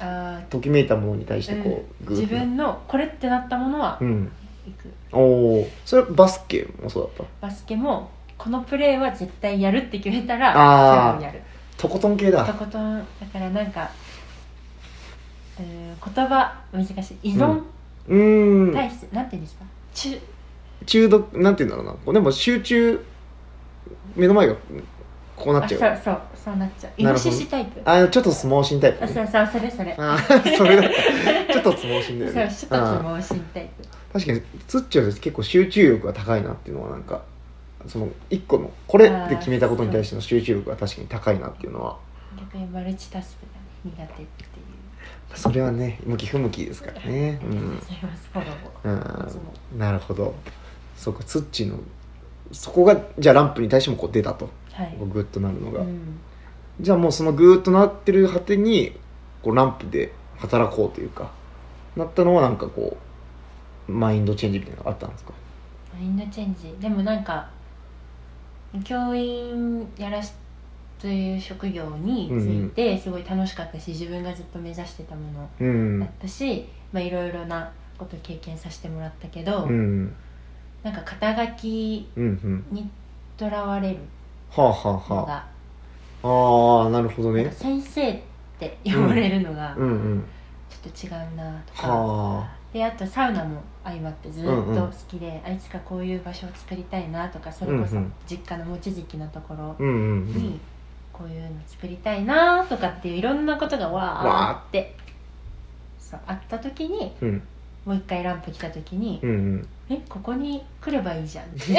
[SPEAKER 2] あ
[SPEAKER 1] ときめいたものに対してこう、
[SPEAKER 2] ー
[SPEAKER 1] グー
[SPEAKER 2] 自
[SPEAKER 1] ッと
[SPEAKER 2] 分のこれってなったものは
[SPEAKER 1] うん
[SPEAKER 2] いく
[SPEAKER 1] おおそれはバスケもそうだっ
[SPEAKER 2] バスケもこのプレーは絶対やるって決めたら
[SPEAKER 1] あー
[SPEAKER 2] それをやる
[SPEAKER 1] たとことん系
[SPEAKER 2] と
[SPEAKER 1] だ
[SPEAKER 2] ことんだからなんかうーん言葉難しい依存
[SPEAKER 1] うーん
[SPEAKER 2] 対して、なんて言うんですか中
[SPEAKER 1] 中毒なんて言うんだろうなこうでも集中目の前がこうなっ
[SPEAKER 2] あ
[SPEAKER 1] ち
[SPEAKER 2] そう
[SPEAKER 1] ゃう
[SPEAKER 2] そうそうなっちゃうイ
[SPEAKER 1] な
[SPEAKER 2] ノ
[SPEAKER 1] るほど
[SPEAKER 2] シシタイプあ
[SPEAKER 1] あーちょっと相撲心タイプ、
[SPEAKER 2] そ
[SPEAKER 1] ね、
[SPEAKER 2] うそうそれそれ
[SPEAKER 1] あーそれだったちょっと相撲心だよね
[SPEAKER 2] そう
[SPEAKER 1] あー
[SPEAKER 2] 一つ申しタイプ
[SPEAKER 1] 確かにツッチは結構集中力が高いなっていうのはなんかその一個のこれって決めたことに対しての集中力が確かに高いなっていうのは
[SPEAKER 2] 逆にマルチタスクがね苦手って
[SPEAKER 1] それはね向き不向きですからね
[SPEAKER 2] いうありがとうございますフォロ
[SPEAKER 1] うん、
[SPEAKER 2] ーをいつも
[SPEAKER 1] うん、なるほどそうかツッチのそこがじゃあランプに対してもこう出たと
[SPEAKER 2] はい
[SPEAKER 1] こうグッとなるのが、
[SPEAKER 2] うん
[SPEAKER 1] じゃあもうそのグーッとなってる果てにこうランプで働こうというかなったのはなんかこうマインドチェンジみたいなのがあったんですか
[SPEAKER 2] マインドチェンジでもなんか教員やらすという職業についてすごい楽しかったし、自分がずっと目指してたもの
[SPEAKER 1] うん
[SPEAKER 2] だったし、まあ、いろいろなこと経験させてもらったけど、
[SPEAKER 1] うん
[SPEAKER 2] なんか肩書き
[SPEAKER 1] うんうん
[SPEAKER 2] にとらわれる
[SPEAKER 1] はあはあは
[SPEAKER 2] の
[SPEAKER 1] あ
[SPEAKER 2] が、
[SPEAKER 1] ああなるほど
[SPEAKER 2] な
[SPEAKER 1] ね
[SPEAKER 2] んか先生って呼ばれるのが
[SPEAKER 1] うんうん
[SPEAKER 2] ちょっと違うなとか、
[SPEAKER 1] はあ
[SPEAKER 2] であとサウナも相まってずっと
[SPEAKER 1] うんうん
[SPEAKER 2] 好きで、あいつかこういう場所を作りたいなとかそれこそ
[SPEAKER 1] うんうん
[SPEAKER 2] 実家の望月のところ
[SPEAKER 1] うんうんうん
[SPEAKER 2] にこういうの作りたいなとかっていういろんなことがわーってそうあった時に
[SPEAKER 1] うん
[SPEAKER 2] もう一回ランプ来た時に
[SPEAKER 1] う、ん うん
[SPEAKER 2] えここに来ればいいじゃんって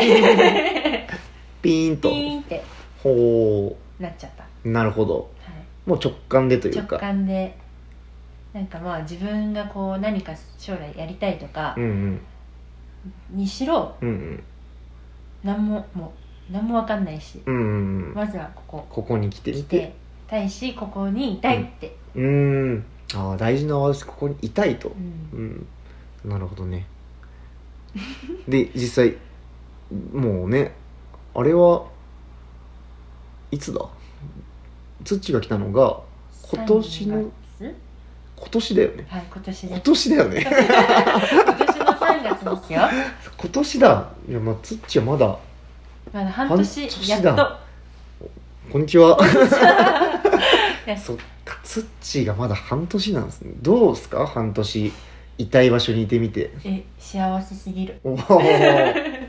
[SPEAKER 1] ピーン
[SPEAKER 2] ピ
[SPEAKER 1] と
[SPEAKER 2] ーンって
[SPEAKER 1] ほ
[SPEAKER 2] なっちゃった、は
[SPEAKER 1] うなるほど
[SPEAKER 2] い
[SPEAKER 1] もう直感でという
[SPEAKER 2] 直
[SPEAKER 1] か
[SPEAKER 2] 感でなんかまあ自分がこう何か将来やりたいとか
[SPEAKER 1] うんうん
[SPEAKER 2] にしろ
[SPEAKER 1] うんうん
[SPEAKER 2] 何ももう何も分かんないし
[SPEAKER 1] うんうんうん
[SPEAKER 2] まずはここ
[SPEAKER 1] ここに来て
[SPEAKER 2] 来
[SPEAKER 1] み
[SPEAKER 2] て
[SPEAKER 1] て
[SPEAKER 2] たいしここにいたいって、
[SPEAKER 1] うーんああ大事な私ここにいたいと
[SPEAKER 2] うん
[SPEAKER 1] うんなるほど ねで実際もうねあれはいつだ土が来たのが今年の
[SPEAKER 2] 3月
[SPEAKER 1] 今年だよね
[SPEAKER 2] はい今年で
[SPEAKER 1] 今
[SPEAKER 2] す
[SPEAKER 1] 年だよ ね
[SPEAKER 2] 今年の3月ですよ
[SPEAKER 1] 今年だいやまあつっちはまだ
[SPEAKER 2] まだ半
[SPEAKER 1] 半
[SPEAKER 2] 年
[SPEAKER 1] 年
[SPEAKER 2] やっ
[SPEAKER 1] だ
[SPEAKER 2] と
[SPEAKER 1] こんにち は
[SPEAKER 2] いや
[SPEAKER 1] そっかつっちがまだ半年なんですねどうですか半年痛い場所にいてみて
[SPEAKER 2] え幸せすぎる
[SPEAKER 1] お ー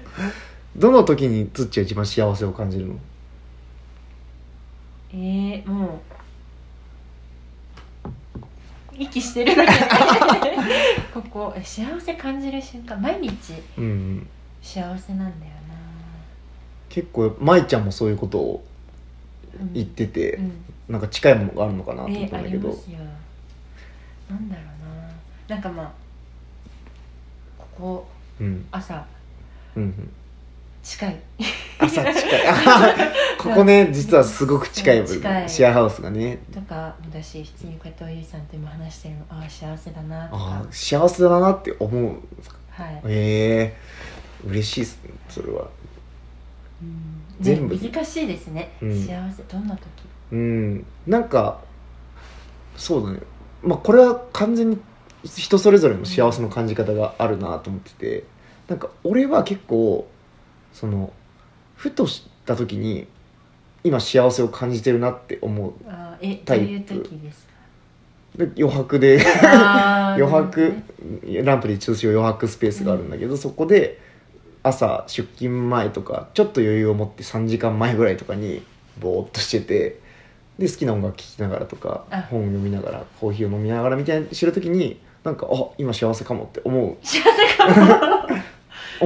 [SPEAKER 1] どの時につっちは一番幸せを感じるの
[SPEAKER 2] えー、もう息してるだけで ここえ幸せ感じる瞬間毎日
[SPEAKER 1] うんうん
[SPEAKER 2] 幸せなんだよ
[SPEAKER 1] 結構舞ちゃんもそういうことを
[SPEAKER 2] な、うん
[SPEAKER 1] 言ってて、
[SPEAKER 2] うん
[SPEAKER 1] なんか近いものがあるのかなと思っ
[SPEAKER 2] え
[SPEAKER 1] た
[SPEAKER 2] あ
[SPEAKER 1] んだ
[SPEAKER 2] り
[SPEAKER 1] けど、
[SPEAKER 2] ますよなんだろうななんかまあここ
[SPEAKER 1] うん
[SPEAKER 2] 朝
[SPEAKER 1] うんうん
[SPEAKER 2] 近い
[SPEAKER 1] 朝近い あははここね実はすごく近い
[SPEAKER 2] 近い
[SPEAKER 1] シェアハウスがね
[SPEAKER 2] とかもだし普通にこうやっておゆいさんと今話してるのああ幸せだなと
[SPEAKER 1] あ
[SPEAKER 2] か
[SPEAKER 1] あ幸せだなって思う
[SPEAKER 2] はい、
[SPEAKER 1] ええ嬉しいっすねそれは
[SPEAKER 2] うんね
[SPEAKER 1] 全部
[SPEAKER 2] 難しいですね、
[SPEAKER 1] うん
[SPEAKER 2] 幸せどんな時
[SPEAKER 1] うんなんかそうだねまあこれは完全に人それぞれの幸せの感じ方があるなと思っててなんか俺は結構そのふとした時に今幸せを感じてるなって思う
[SPEAKER 2] あーえど
[SPEAKER 1] タ
[SPEAKER 2] う
[SPEAKER 1] イ
[SPEAKER 2] いう
[SPEAKER 1] プ
[SPEAKER 2] 時 ですか
[SPEAKER 1] で余白で
[SPEAKER 2] あー
[SPEAKER 1] 余
[SPEAKER 2] なる
[SPEAKER 1] 白
[SPEAKER 2] ほどね
[SPEAKER 1] ランプで一応余白スペースがあるんだけど、そこで朝出勤前とかちょっと余裕を持って3時間前ぐらいとかにぼーっとしててで好きな音楽聴きながらとか
[SPEAKER 2] あ
[SPEAKER 1] 本を読みながらコーヒーを飲みながらみたいにしてる時になんかあ今幸せかもって思
[SPEAKER 2] 幸せかも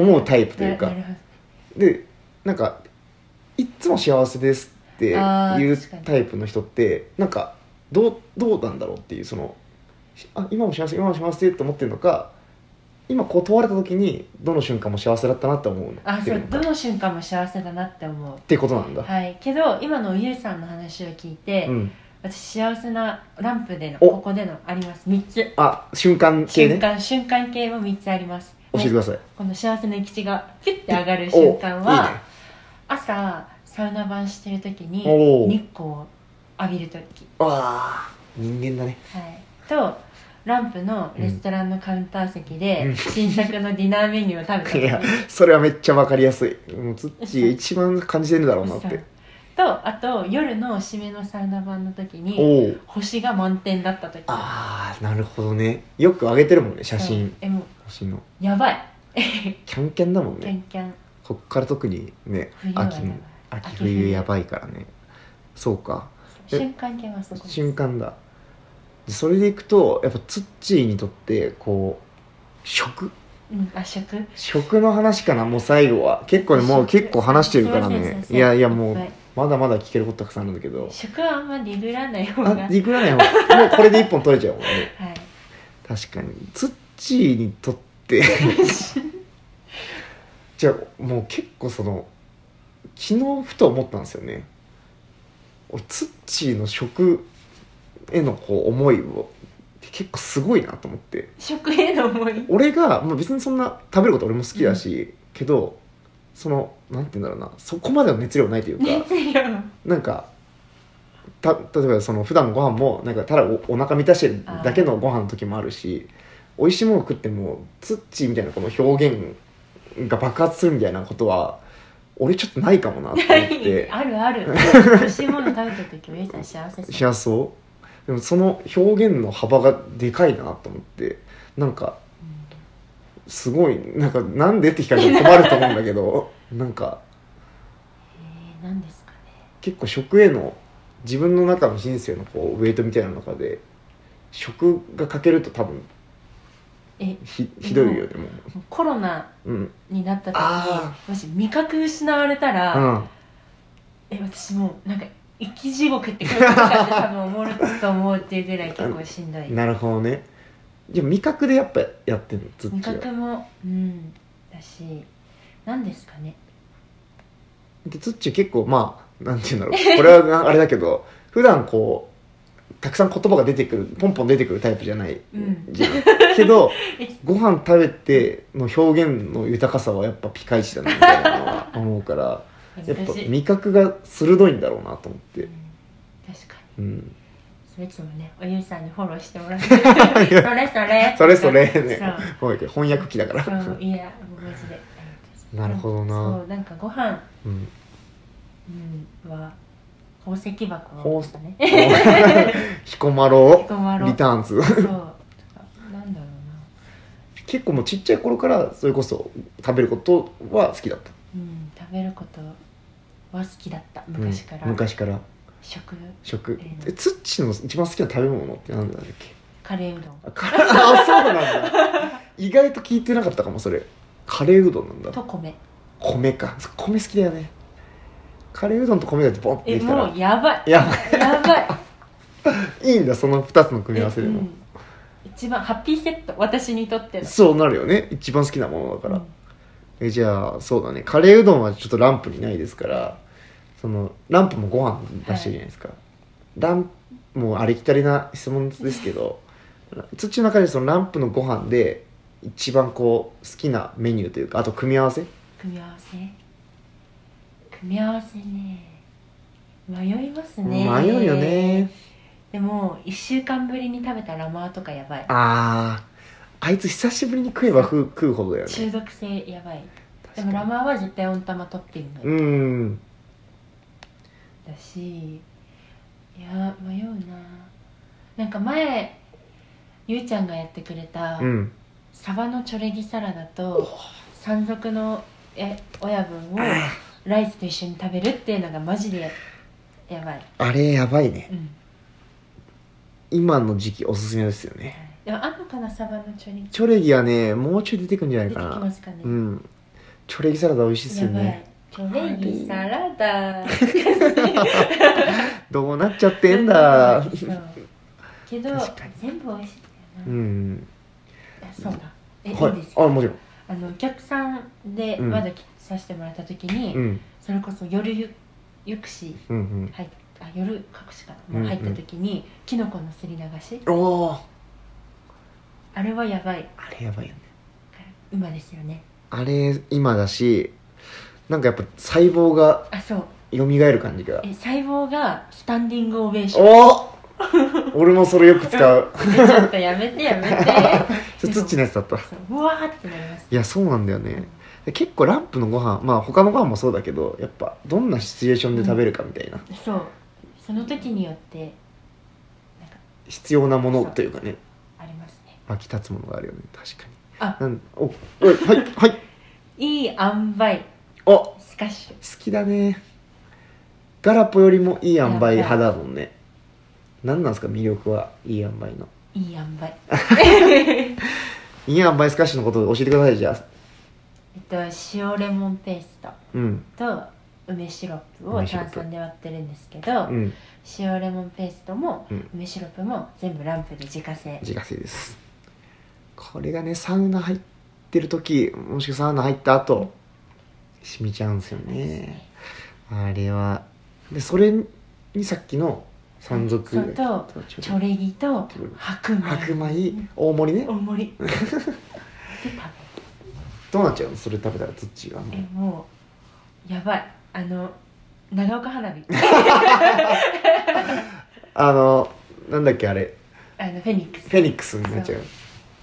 [SPEAKER 1] う思うタイプというか
[SPEAKER 2] ななるほ
[SPEAKER 1] でなんかいっつも幸せですって
[SPEAKER 2] あー
[SPEAKER 1] いう
[SPEAKER 2] 確かに
[SPEAKER 1] タイプの人ってなんかどうどうなんだろうっていうそのしあ今も幸せ今も幸せって思ってるのか今こう問われた時にどの瞬間も幸せだったなって思うの
[SPEAKER 2] あ
[SPEAKER 1] って
[SPEAKER 2] そ
[SPEAKER 1] る
[SPEAKER 2] う
[SPEAKER 1] のか
[SPEAKER 2] ど
[SPEAKER 1] っ
[SPEAKER 2] の瞬間も幸せだなって思う
[SPEAKER 1] てことなんだ、
[SPEAKER 2] はいけど今のゆいさんの話を聞いて、
[SPEAKER 1] うん、
[SPEAKER 2] 私幸せなランプでの
[SPEAKER 1] お
[SPEAKER 2] ここでのあります3つ
[SPEAKER 1] あ瞬間系
[SPEAKER 2] 瞬
[SPEAKER 1] ね
[SPEAKER 2] 間瞬間系も3つあります
[SPEAKER 1] 教えてください、
[SPEAKER 2] この幸せの行き地がピュッて上がる
[SPEAKER 1] お
[SPEAKER 2] 瞬間はい
[SPEAKER 1] いね
[SPEAKER 2] 朝サウナ版してる時に
[SPEAKER 1] おー
[SPEAKER 2] 日光を浴びる時、
[SPEAKER 1] わあ人間だね
[SPEAKER 2] はい、とランプのレストランのカウンター席で、新作のディナーメニューを食
[SPEAKER 1] い
[SPEAKER 2] べた
[SPEAKER 1] やそれはめっちゃわかりやすいもうツッチーが一番感じてるだろうなっ
[SPEAKER 2] そう
[SPEAKER 1] て
[SPEAKER 2] とあと夜の締めのサウナ版の時
[SPEAKER 1] お
[SPEAKER 2] に
[SPEAKER 1] お
[SPEAKER 2] 星が満点だった時
[SPEAKER 1] ああなるほどねよく上げてるもんね写
[SPEAKER 2] う
[SPEAKER 1] 真
[SPEAKER 2] んえもう
[SPEAKER 1] 星の
[SPEAKER 2] やばい
[SPEAKER 1] キャンキャンだもん
[SPEAKER 2] キャ
[SPEAKER 1] ね
[SPEAKER 2] ンキャン
[SPEAKER 1] こっから特にね
[SPEAKER 2] 冬はやば
[SPEAKER 1] 秋
[SPEAKER 2] い
[SPEAKER 1] の秋
[SPEAKER 2] 秋
[SPEAKER 1] 冬
[SPEAKER 2] 冬
[SPEAKER 1] やばいからねそうかえ
[SPEAKER 2] 瞬間系はそこです
[SPEAKER 1] 瞬間だそれでいくとやっぱツッチーにとってこう食
[SPEAKER 2] うん、あ食
[SPEAKER 1] 食の話かなもう最後は結構ねもう
[SPEAKER 2] 食
[SPEAKER 1] 結構話してるから
[SPEAKER 2] そうそう
[SPEAKER 1] ね
[SPEAKER 2] そう
[SPEAKER 1] いやいやもう
[SPEAKER 2] はい
[SPEAKER 1] まだまだ聞けることたくさんあるんだけど
[SPEAKER 2] 食はあんまりぐらない方が
[SPEAKER 1] あ
[SPEAKER 2] は
[SPEAKER 1] リクらない方もうこれで一本取れちゃうもんね
[SPEAKER 2] い
[SPEAKER 1] 確かにツッチーにとってじゃあもう結構その昨日ふと思ったんですよね俺ツッチーの食へのこう思いを結構すごいなと思って
[SPEAKER 2] 食への思い
[SPEAKER 1] 俺が、まあ、別にそんな食べること俺も好きだし、けどそのなんて言うんだろうなそこまでの熱量ないというか
[SPEAKER 2] 熱量の
[SPEAKER 1] なんかた例えばその普段のご飯もなんかただおお腹満たしてるだけのご飯の時もあるし美味しいもの食ってもツッチーみたいなこの表現が爆発するみたいなことは俺ちょっとないかもなって思って
[SPEAKER 2] ある ある美味しいもの食べた時めいさん幸せそう
[SPEAKER 1] 幸せそうでもその表現の幅がでかいなと思ってなんかすごいなんかなんでって聞かれても困ると思うんだけどなんか
[SPEAKER 2] えー、何ですかね
[SPEAKER 1] 結構食への自分の中の人生のこうウェイトみたいな中で食が欠けると多分
[SPEAKER 2] え
[SPEAKER 1] ひひどいよねも
[SPEAKER 2] もうコロナ
[SPEAKER 1] ううん
[SPEAKER 2] になった時
[SPEAKER 1] あ
[SPEAKER 2] にもし味覚失われたら、
[SPEAKER 1] うん
[SPEAKER 2] え私もうなんか生き地獄って感じか って多分思うと思うっていうぐらい結構しんどい
[SPEAKER 1] なるほどねじゃあ味覚でやっぱやってんのずっ
[SPEAKER 2] 味
[SPEAKER 1] ちは
[SPEAKER 2] 覚もうんだし何ですかね
[SPEAKER 1] でつっち結構まあなんて言うんだろうこれはなあれだけど 普段こうたくさん言葉が出てくるポンポン出てくるタイプじゃない、
[SPEAKER 2] うん
[SPEAKER 1] じゃんけど
[SPEAKER 2] え
[SPEAKER 1] ご飯食べての表現の豊かさはやっぱピカイチだなみたいなのは思うからやっぱ
[SPEAKER 2] 難しい、うん、
[SPEAKER 1] 味覚が鋭いんだろうなと思って、
[SPEAKER 2] 確かに
[SPEAKER 1] うん、
[SPEAKER 2] それいつもねおゆうさんにフォローしてもら ってそれそれ
[SPEAKER 1] それそれね
[SPEAKER 2] そ
[SPEAKER 1] ごめん翻訳機だから、
[SPEAKER 2] う、うん、いやマジで
[SPEAKER 1] なるほどな
[SPEAKER 2] そうなんかご飯、
[SPEAKER 1] うん、
[SPEAKER 2] うん、は宝石箱
[SPEAKER 1] 宝
[SPEAKER 2] を
[SPEAKER 1] 石
[SPEAKER 2] ね
[SPEAKER 1] 彦摩呂
[SPEAKER 2] 困ろう
[SPEAKER 1] リターンズ
[SPEAKER 2] そうとかなんだろうな
[SPEAKER 1] 結構もうちっちゃい頃からそれこそ食べることは好きだった
[SPEAKER 2] うん食べることは好きだった昔から、
[SPEAKER 1] うん、昔から
[SPEAKER 2] 食
[SPEAKER 1] 食
[SPEAKER 2] えー
[SPEAKER 1] えつっちの一番好きな食べ物って何なんだっけ
[SPEAKER 2] カレーうどん
[SPEAKER 1] あカレーあそうなん だ意外と聞いてなかったかもそれカレーうどんなんだ
[SPEAKER 2] と米
[SPEAKER 1] 米かそ米好きだよねカレーうどんと米だってボンって
[SPEAKER 2] え
[SPEAKER 1] できたら
[SPEAKER 2] もうやばい
[SPEAKER 1] いや
[SPEAKER 2] やばい
[SPEAKER 1] いいんだその2つの組み合わせで
[SPEAKER 2] えう
[SPEAKER 1] も、
[SPEAKER 2] ん一番ハッピーセット私にとっての
[SPEAKER 1] そうなるよね一番好きなものだから、
[SPEAKER 2] うん
[SPEAKER 1] えじゃあそうだねカレーうどんはちょっとランプにないですからそのランプもご飯出してるじゃないですか、ランもうありきたりな質問ですけど土の中でそのランプのご飯で一番こう好きなメニューというかあと組み合わせ
[SPEAKER 2] 組み合わせ組み合わせね迷いますね
[SPEAKER 1] 迷うよね
[SPEAKER 2] でも1週間ぶりに食べたラマーとかやばい
[SPEAKER 1] あーあいつ久しぶりに食えば食う食うほどだよ
[SPEAKER 2] 中
[SPEAKER 1] ね
[SPEAKER 2] 毒性やばいで
[SPEAKER 1] 確
[SPEAKER 2] も
[SPEAKER 1] か
[SPEAKER 2] ラ
[SPEAKER 1] に
[SPEAKER 2] マーは絶対温玉トッピング、
[SPEAKER 1] うん
[SPEAKER 2] だしいや迷うななんか前ゆうちゃんがやってくれた、
[SPEAKER 1] うん
[SPEAKER 2] サバのチョレギサラダと山賊のえ親分を
[SPEAKER 1] あ
[SPEAKER 2] ライスと一緒に食べるっていうのがマジでややばい、
[SPEAKER 1] あれやばいね
[SPEAKER 2] うん、
[SPEAKER 1] 今の時期おすすめですよね
[SPEAKER 2] でもあんのかなサバのチョレギ
[SPEAKER 1] チョレギはねもうちょい出てくんじゃない
[SPEAKER 2] 出てき
[SPEAKER 1] かな
[SPEAKER 2] ますかね、
[SPEAKER 1] うんチョレギサラダ美味しいです
[SPEAKER 2] や
[SPEAKER 1] よ
[SPEAKER 2] ばい
[SPEAKER 1] ね
[SPEAKER 2] チョレギサラダ
[SPEAKER 1] どうなっちゃってんだ
[SPEAKER 2] そうけど
[SPEAKER 1] 確かに
[SPEAKER 2] 全部美味しいんだよ
[SPEAKER 1] う
[SPEAKER 2] な、
[SPEAKER 1] ん
[SPEAKER 2] あそうだえ、、
[SPEAKER 1] はい
[SPEAKER 2] い
[SPEAKER 1] い
[SPEAKER 2] ですか
[SPEAKER 1] あもちろん
[SPEAKER 2] あのお客さんで
[SPEAKER 1] うん
[SPEAKER 2] まだ来させてもらった時に、
[SPEAKER 1] うん
[SPEAKER 2] それこそ夜ゆゆくし
[SPEAKER 1] うん
[SPEAKER 2] 入っあ夜隠しかなもう入った時に、キノコのすり流し
[SPEAKER 1] うんおお
[SPEAKER 2] あれはやばい
[SPEAKER 1] あれやばいよね
[SPEAKER 2] 馬ですよね
[SPEAKER 1] あれ今だしなんかやっぱ細胞が
[SPEAKER 2] あそう
[SPEAKER 1] 蘇る感じが
[SPEAKER 2] え細胞がスタンディングオベーション
[SPEAKER 1] お お俺もそれよく使う
[SPEAKER 2] えちょっとやめてやめて
[SPEAKER 1] それ土のやつだったい
[SPEAKER 2] そううわーってなります
[SPEAKER 1] やそうなんだよねで結構ランプのご飯まあ他のご飯もそうだけどやっぱどんなシチュエーションで食べるかみたいな、
[SPEAKER 2] そうその時によってなんか
[SPEAKER 1] 必要なものというかね
[SPEAKER 2] ありますね
[SPEAKER 1] 湧き立つものがあるよね確かに
[SPEAKER 2] あ
[SPEAKER 1] なんおおいはいはい
[SPEAKER 2] いい塩梅
[SPEAKER 1] あ好
[SPEAKER 2] スカッシュ
[SPEAKER 1] きだねガラポよりもいい塩梅派だもんね何なんですか魅力はいい塩梅の
[SPEAKER 2] いい塩 梅
[SPEAKER 1] いい塩梅スカッシュのことを教えてくださいじゃあ
[SPEAKER 2] えっと塩レモンペースト
[SPEAKER 1] うん
[SPEAKER 2] と梅シロップを
[SPEAKER 1] 梅シロッ
[SPEAKER 2] 炭
[SPEAKER 1] プ
[SPEAKER 2] 酸で割ってるんですけど、
[SPEAKER 1] うん
[SPEAKER 2] 塩レモンペーストも
[SPEAKER 1] うん
[SPEAKER 2] 梅シロップも全部ランプで自家製
[SPEAKER 1] 自家製ですこれがねサウナ入ってる時もしくはサウナ入った後しみちゃうんですよねあれはでそれにさっきの山賊
[SPEAKER 2] そうとチョレギと白米
[SPEAKER 1] 白米大盛りね
[SPEAKER 2] 大盛 りで食
[SPEAKER 1] どうなっちゃうのそれ食べたら土が
[SPEAKER 2] べるえもうやばいあの長岡 花火
[SPEAKER 1] あのなんだっけあれ
[SPEAKER 2] あのフェニックス
[SPEAKER 1] フェニックスになっちゃう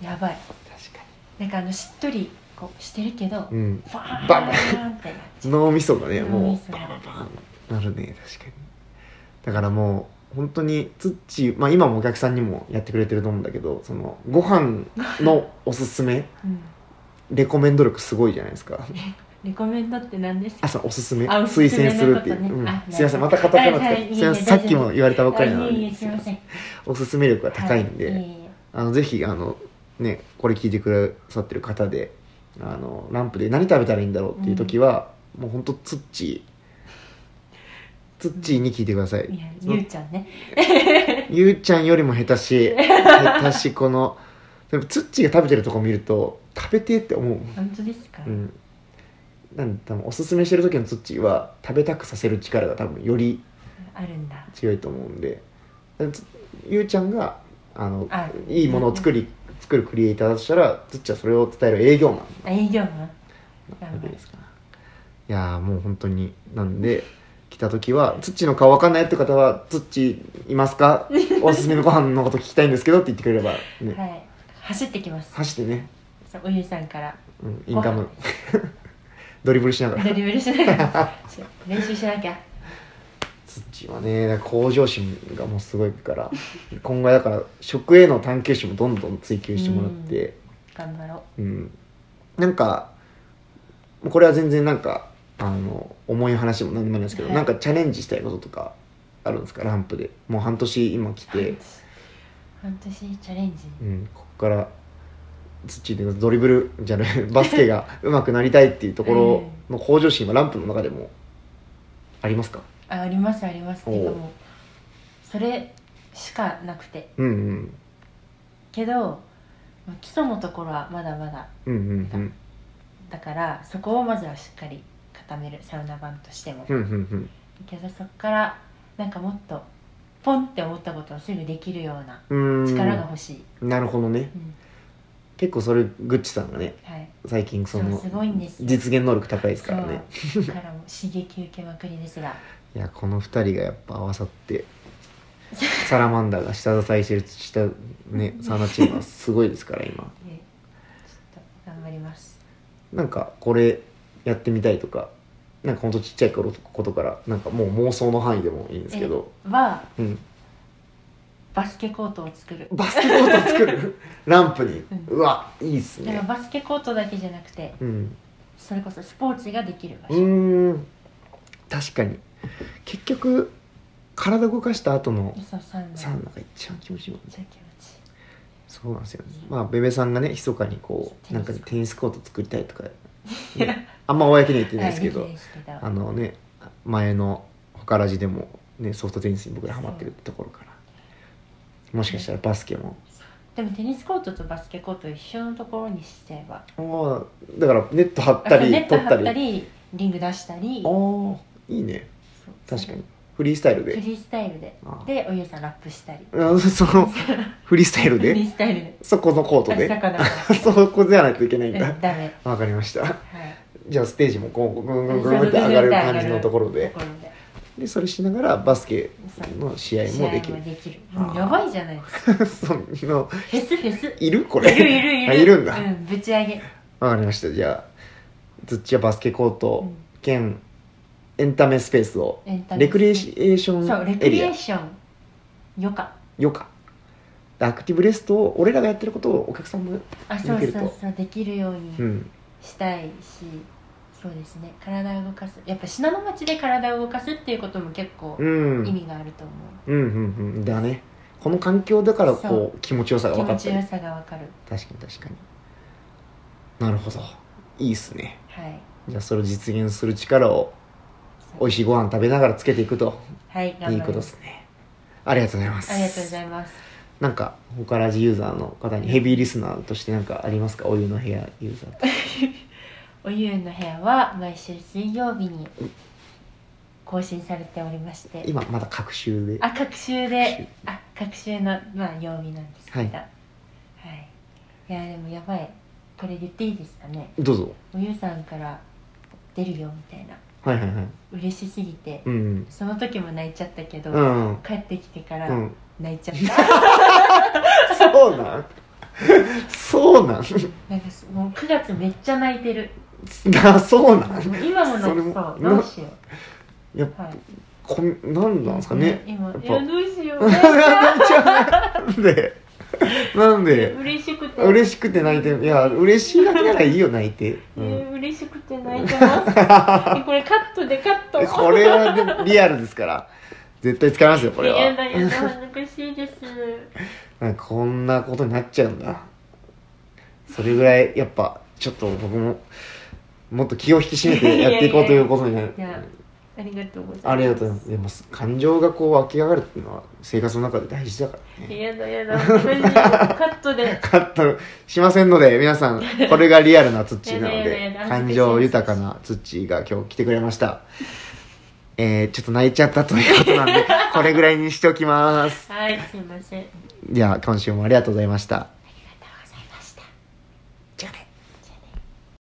[SPEAKER 2] やばい
[SPEAKER 1] 確か
[SPEAKER 2] なんかあのしっとりこうしてるけど、
[SPEAKER 1] にうん
[SPEAKER 2] バーン
[SPEAKER 1] バン
[SPEAKER 2] ってなっちゃう
[SPEAKER 1] 脳みそがねも
[SPEAKER 2] 脳み
[SPEAKER 1] う
[SPEAKER 2] そ
[SPEAKER 1] バ
[SPEAKER 2] が
[SPEAKER 1] ンバンバンなるね確かにだからもう本当にツッチー、まあ、今もお客さんにもやってくれてると思うんだけどそのご飯のおすすめ
[SPEAKER 2] うん
[SPEAKER 1] レコメンド力すごいじゃないですか
[SPEAKER 2] レコメンドって何です
[SPEAKER 1] あ
[SPEAKER 2] か
[SPEAKER 1] そうおすすめ
[SPEAKER 2] あおすすめ
[SPEAKER 1] 推薦するっていう、
[SPEAKER 2] なるほ
[SPEAKER 1] う
[SPEAKER 2] どね
[SPEAKER 1] ん
[SPEAKER 2] あ
[SPEAKER 1] すいませんまたカタカナ
[SPEAKER 2] は
[SPEAKER 1] 使っ
[SPEAKER 2] いはいいえ
[SPEAKER 1] て
[SPEAKER 2] いえ
[SPEAKER 1] すいませんさっきも言われたばっかりなの
[SPEAKER 2] あいえいえ
[SPEAKER 1] に
[SPEAKER 2] すいません
[SPEAKER 1] おすすめ力が高いんで、
[SPEAKER 2] はええ
[SPEAKER 1] あのぜひあのねこれ聞いてくださってる方であのランプで何食べたらいいんだろうっていう時は、もうほんとツッチーツッチーに聞いてください、
[SPEAKER 2] いやゆうちゃんね
[SPEAKER 1] ゆうちゃんよりも下手し下手しこのでもツッチーが食べてるとこ見ると食べてって思う、
[SPEAKER 2] 本当ですか、
[SPEAKER 1] うん、なんで多分おすすめしてる時のツッチーは食べたくさせる力が多分より
[SPEAKER 2] あるんだ
[SPEAKER 1] 強いと思うんでつゆうちゃんがあの
[SPEAKER 2] あ
[SPEAKER 1] いいものを作り、作るクリエイターだとしたらつっちはそれを伝える営業マン
[SPEAKER 2] あ営業マン
[SPEAKER 1] なわけですからいやーもう本当になんで来た時は「つっちの顔わかんない」って方は「つっちいます かおすすめのご飯のこと聞きたいんですけど」って言ってくれれば、ね
[SPEAKER 2] はい走ってきます
[SPEAKER 1] 走ってね、
[SPEAKER 2] そうおゆうさんから
[SPEAKER 1] うん、インカ ムドリブルしながら
[SPEAKER 2] ドリブルしなが らちょ練習しなきゃ
[SPEAKER 1] 土はね向上心がもうすごいから今後はだから食への探求心もどんどん追求してもらって、
[SPEAKER 2] 頑張ろう
[SPEAKER 1] うんなんかこれは全然なんかあの重い話も何でもないですけど、
[SPEAKER 2] はい
[SPEAKER 1] なんかチャレンジしたいこととかあるんですかランプでもう半年今来て、
[SPEAKER 2] 半年チャレンジ
[SPEAKER 1] うん、ここから土でドリブルじゃない バスケが上手くなりたいっていうところの向上心はランプの中でもありますか
[SPEAKER 2] あありますあります
[SPEAKER 1] お
[SPEAKER 2] て
[SPEAKER 1] う
[SPEAKER 2] かもうそれしかなくて
[SPEAKER 1] うんうん
[SPEAKER 2] けどまあ基礎のところはまだまだ
[SPEAKER 1] うんうんうん
[SPEAKER 2] だからそこをまずはしっかり固めるサウナ版としても、
[SPEAKER 1] うんうん
[SPEAKER 2] けどそこからなんかもっとポンって思ったことをすぐできるような
[SPEAKER 1] うんうーん
[SPEAKER 2] 力が欲しい、
[SPEAKER 1] なるほどね
[SPEAKER 2] うん
[SPEAKER 1] 結構それグッチさんがね
[SPEAKER 2] はい
[SPEAKER 1] 最近そ
[SPEAKER 2] そう
[SPEAKER 1] の
[SPEAKER 2] すごいんですよ
[SPEAKER 1] 実現能力高いですからね
[SPEAKER 2] そうだからもう刺激受けまくりですが
[SPEAKER 1] いやこの二人がやっぱ合わさってサラマンダーが下支えしてる下ねサウナチームはすごいですから今
[SPEAKER 2] でちょっと頑張ります
[SPEAKER 1] なんかこれやってみたいとかなんかほんとちっちゃい頃ことからなんかもう妄想の範囲でもいいんですけど、
[SPEAKER 2] は
[SPEAKER 1] うん、
[SPEAKER 2] バスケコートを作る
[SPEAKER 1] バスケコート作るランプに
[SPEAKER 2] うん
[SPEAKER 1] うわいいっす
[SPEAKER 2] だから
[SPEAKER 1] ね
[SPEAKER 2] バスケコートだけじゃなくて
[SPEAKER 1] うん
[SPEAKER 2] それこそスポーツができる場
[SPEAKER 1] う
[SPEAKER 2] 所
[SPEAKER 1] ーん確かに結局体動かした後の
[SPEAKER 2] そうサウナ
[SPEAKER 1] サウナが一番気持ちいいもんね
[SPEAKER 2] そういう気持ち
[SPEAKER 1] そうなんですよねまあベベさんがね密かにこうなんかテニスコート作りたいとか、ねあんま公には言ってないですけど、
[SPEAKER 2] はい、できるんですけど
[SPEAKER 1] あのね前の「ほからじ」でも、ね、ソフトテニスに僕がハマってるってところからもしかしたらバスケも
[SPEAKER 2] でもテニスコートとバスケコートを一緒のところにしちゃえば
[SPEAKER 1] ああだからネット張ったり
[SPEAKER 2] ネット
[SPEAKER 1] 取った
[SPEAKER 2] 張っ
[SPEAKER 1] り
[SPEAKER 2] た
[SPEAKER 1] あ
[SPEAKER 2] りリング出したり
[SPEAKER 1] あいいね
[SPEAKER 2] そう
[SPEAKER 1] 確かにフリースタイル
[SPEAKER 2] フ
[SPEAKER 1] で
[SPEAKER 2] リースタイルで
[SPEAKER 1] あ
[SPEAKER 2] でおゆうさんラップしたり
[SPEAKER 1] あ そのフリースタイル
[SPEAKER 2] フリ
[SPEAKER 1] で
[SPEAKER 2] ースタイルで
[SPEAKER 1] そこのコート
[SPEAKER 2] あ
[SPEAKER 1] で
[SPEAKER 2] 坂だか
[SPEAKER 1] そこではないといけないん
[SPEAKER 2] ら
[SPEAKER 1] だ
[SPEAKER 2] うんダメ
[SPEAKER 1] わかりました
[SPEAKER 2] はい
[SPEAKER 1] じゃあステージもこうグングングングンって上がる感じのところで
[SPEAKER 2] ところで
[SPEAKER 1] でそれしながらバスケ
[SPEAKER 2] そう
[SPEAKER 1] の試合もでき
[SPEAKER 2] 試合
[SPEAKER 1] る
[SPEAKER 2] もできる
[SPEAKER 1] あー
[SPEAKER 2] うんやばいじゃないです か
[SPEAKER 1] その
[SPEAKER 2] フェスフェス
[SPEAKER 1] いるこ
[SPEAKER 2] い
[SPEAKER 1] れ
[SPEAKER 2] るいるい
[SPEAKER 1] あ
[SPEAKER 2] る
[SPEAKER 1] いるんだわ、
[SPEAKER 2] うん、ぶち上げ、
[SPEAKER 1] かりましたじゃあずっちはバスケコー
[SPEAKER 2] う
[SPEAKER 1] ト
[SPEAKER 2] ん
[SPEAKER 1] 兼エンタメスペースを
[SPEAKER 2] エンタ
[SPEAKER 1] レ
[SPEAKER 2] メ
[SPEAKER 1] クリエーショ
[SPEAKER 2] そうレ
[SPEAKER 1] ン
[SPEAKER 2] ク
[SPEAKER 1] エ
[SPEAKER 2] リ
[SPEAKER 1] リ
[SPEAKER 2] エー
[SPEAKER 1] ア
[SPEAKER 2] ションよか
[SPEAKER 1] よかアクティブレストを俺らがやってることをお客さんも
[SPEAKER 2] あそう
[SPEAKER 1] でき
[SPEAKER 2] そう
[SPEAKER 1] ると
[SPEAKER 2] そうできるよう
[SPEAKER 1] う
[SPEAKER 2] に
[SPEAKER 1] ん
[SPEAKER 2] したいし、そうですね体を動かすやっぱ信濃町で体を動かすっていうことも結構
[SPEAKER 1] うん
[SPEAKER 2] 意味があると思
[SPEAKER 1] うんうんうんだねこの環境だからこ
[SPEAKER 2] そう
[SPEAKER 1] 気持ちよさが
[SPEAKER 2] う、
[SPEAKER 1] 分
[SPEAKER 2] 気
[SPEAKER 1] か
[SPEAKER 2] 持
[SPEAKER 1] った
[SPEAKER 2] ち
[SPEAKER 1] り
[SPEAKER 2] よさがわかる
[SPEAKER 1] 確かに確かになるほどいいっすね
[SPEAKER 2] はい
[SPEAKER 1] じゃあそれを実現する力を美味しいご飯食べながらつけていくと
[SPEAKER 2] はい頑張
[SPEAKER 1] い
[SPEAKER 2] り
[SPEAKER 1] い
[SPEAKER 2] ま
[SPEAKER 1] ことですすねありがとうございます
[SPEAKER 2] ありがとうございます
[SPEAKER 1] なんかほからじユーザーの方にヘビーリスナーとしてなんかありますかお湯の部屋ユーザーと
[SPEAKER 2] おゆうの部屋は毎週水曜日に更新されておりまして
[SPEAKER 1] 今まだ隔週で
[SPEAKER 2] あ隔週であ隔週のまあ曜日なんですけど
[SPEAKER 1] は
[SPEAKER 2] はいい、い、やでもやばいこれ言っていいですかね
[SPEAKER 1] どうぞ
[SPEAKER 2] おゆうさんから出るよみたいな
[SPEAKER 1] はいはいはい
[SPEAKER 2] 嬉しすぎて
[SPEAKER 1] うん
[SPEAKER 2] その時も泣いちゃったけど、
[SPEAKER 1] うん
[SPEAKER 2] 帰ってきてか
[SPEAKER 1] う
[SPEAKER 2] ら
[SPEAKER 1] ん
[SPEAKER 2] 泣いちゃった、
[SPEAKER 1] そうなん そうなん
[SPEAKER 2] なんかすもう9月めっちゃ泣いてる
[SPEAKER 1] なそうなん
[SPEAKER 2] もう今も
[SPEAKER 1] そ
[SPEAKER 2] 泣
[SPEAKER 1] れ
[SPEAKER 2] き
[SPEAKER 1] も
[SPEAKER 2] そう
[SPEAKER 1] な
[SPEAKER 2] どうしよ
[SPEAKER 1] いや
[SPEAKER 2] うはい
[SPEAKER 1] こんなんなんですかね
[SPEAKER 2] 今
[SPEAKER 1] やっぱ
[SPEAKER 2] いやどうしよう
[SPEAKER 1] 泣い ちゃうなんでなんで
[SPEAKER 2] 嬉しくて
[SPEAKER 1] 嬉しくて泣いていや嬉しいだけならいいよ泣いて、う
[SPEAKER 2] え
[SPEAKER 1] ん、
[SPEAKER 2] ー嬉しくて泣いて ますえこれカットでカット
[SPEAKER 1] これはでもリアルですから絶対使いますよこれ
[SPEAKER 2] やだ
[SPEAKER 1] は
[SPEAKER 2] やだ恥ずかしいです
[SPEAKER 1] なんかこんなことになっちゃうんだそれぐらいやっぱちょっと僕ももっと気を引き締めてやっていこうということになる
[SPEAKER 2] いやありがとうございます
[SPEAKER 1] ありがとうございますでも感情がこう湧き上がるっていうのは生活の中で大事だからね
[SPEAKER 2] やだやだ恥ずかしいカットで
[SPEAKER 1] カットしませんので皆さんこれがリアルなツッチーなの
[SPEAKER 2] いやいやい
[SPEAKER 1] で
[SPEAKER 2] や
[SPEAKER 1] 感情豊かなツッチーが今日来てくれましたえー、ちょっと泣いちゃったということなんでこれぐらいにしておきます
[SPEAKER 2] はいすいません
[SPEAKER 1] じゃあ今週もありがとうございました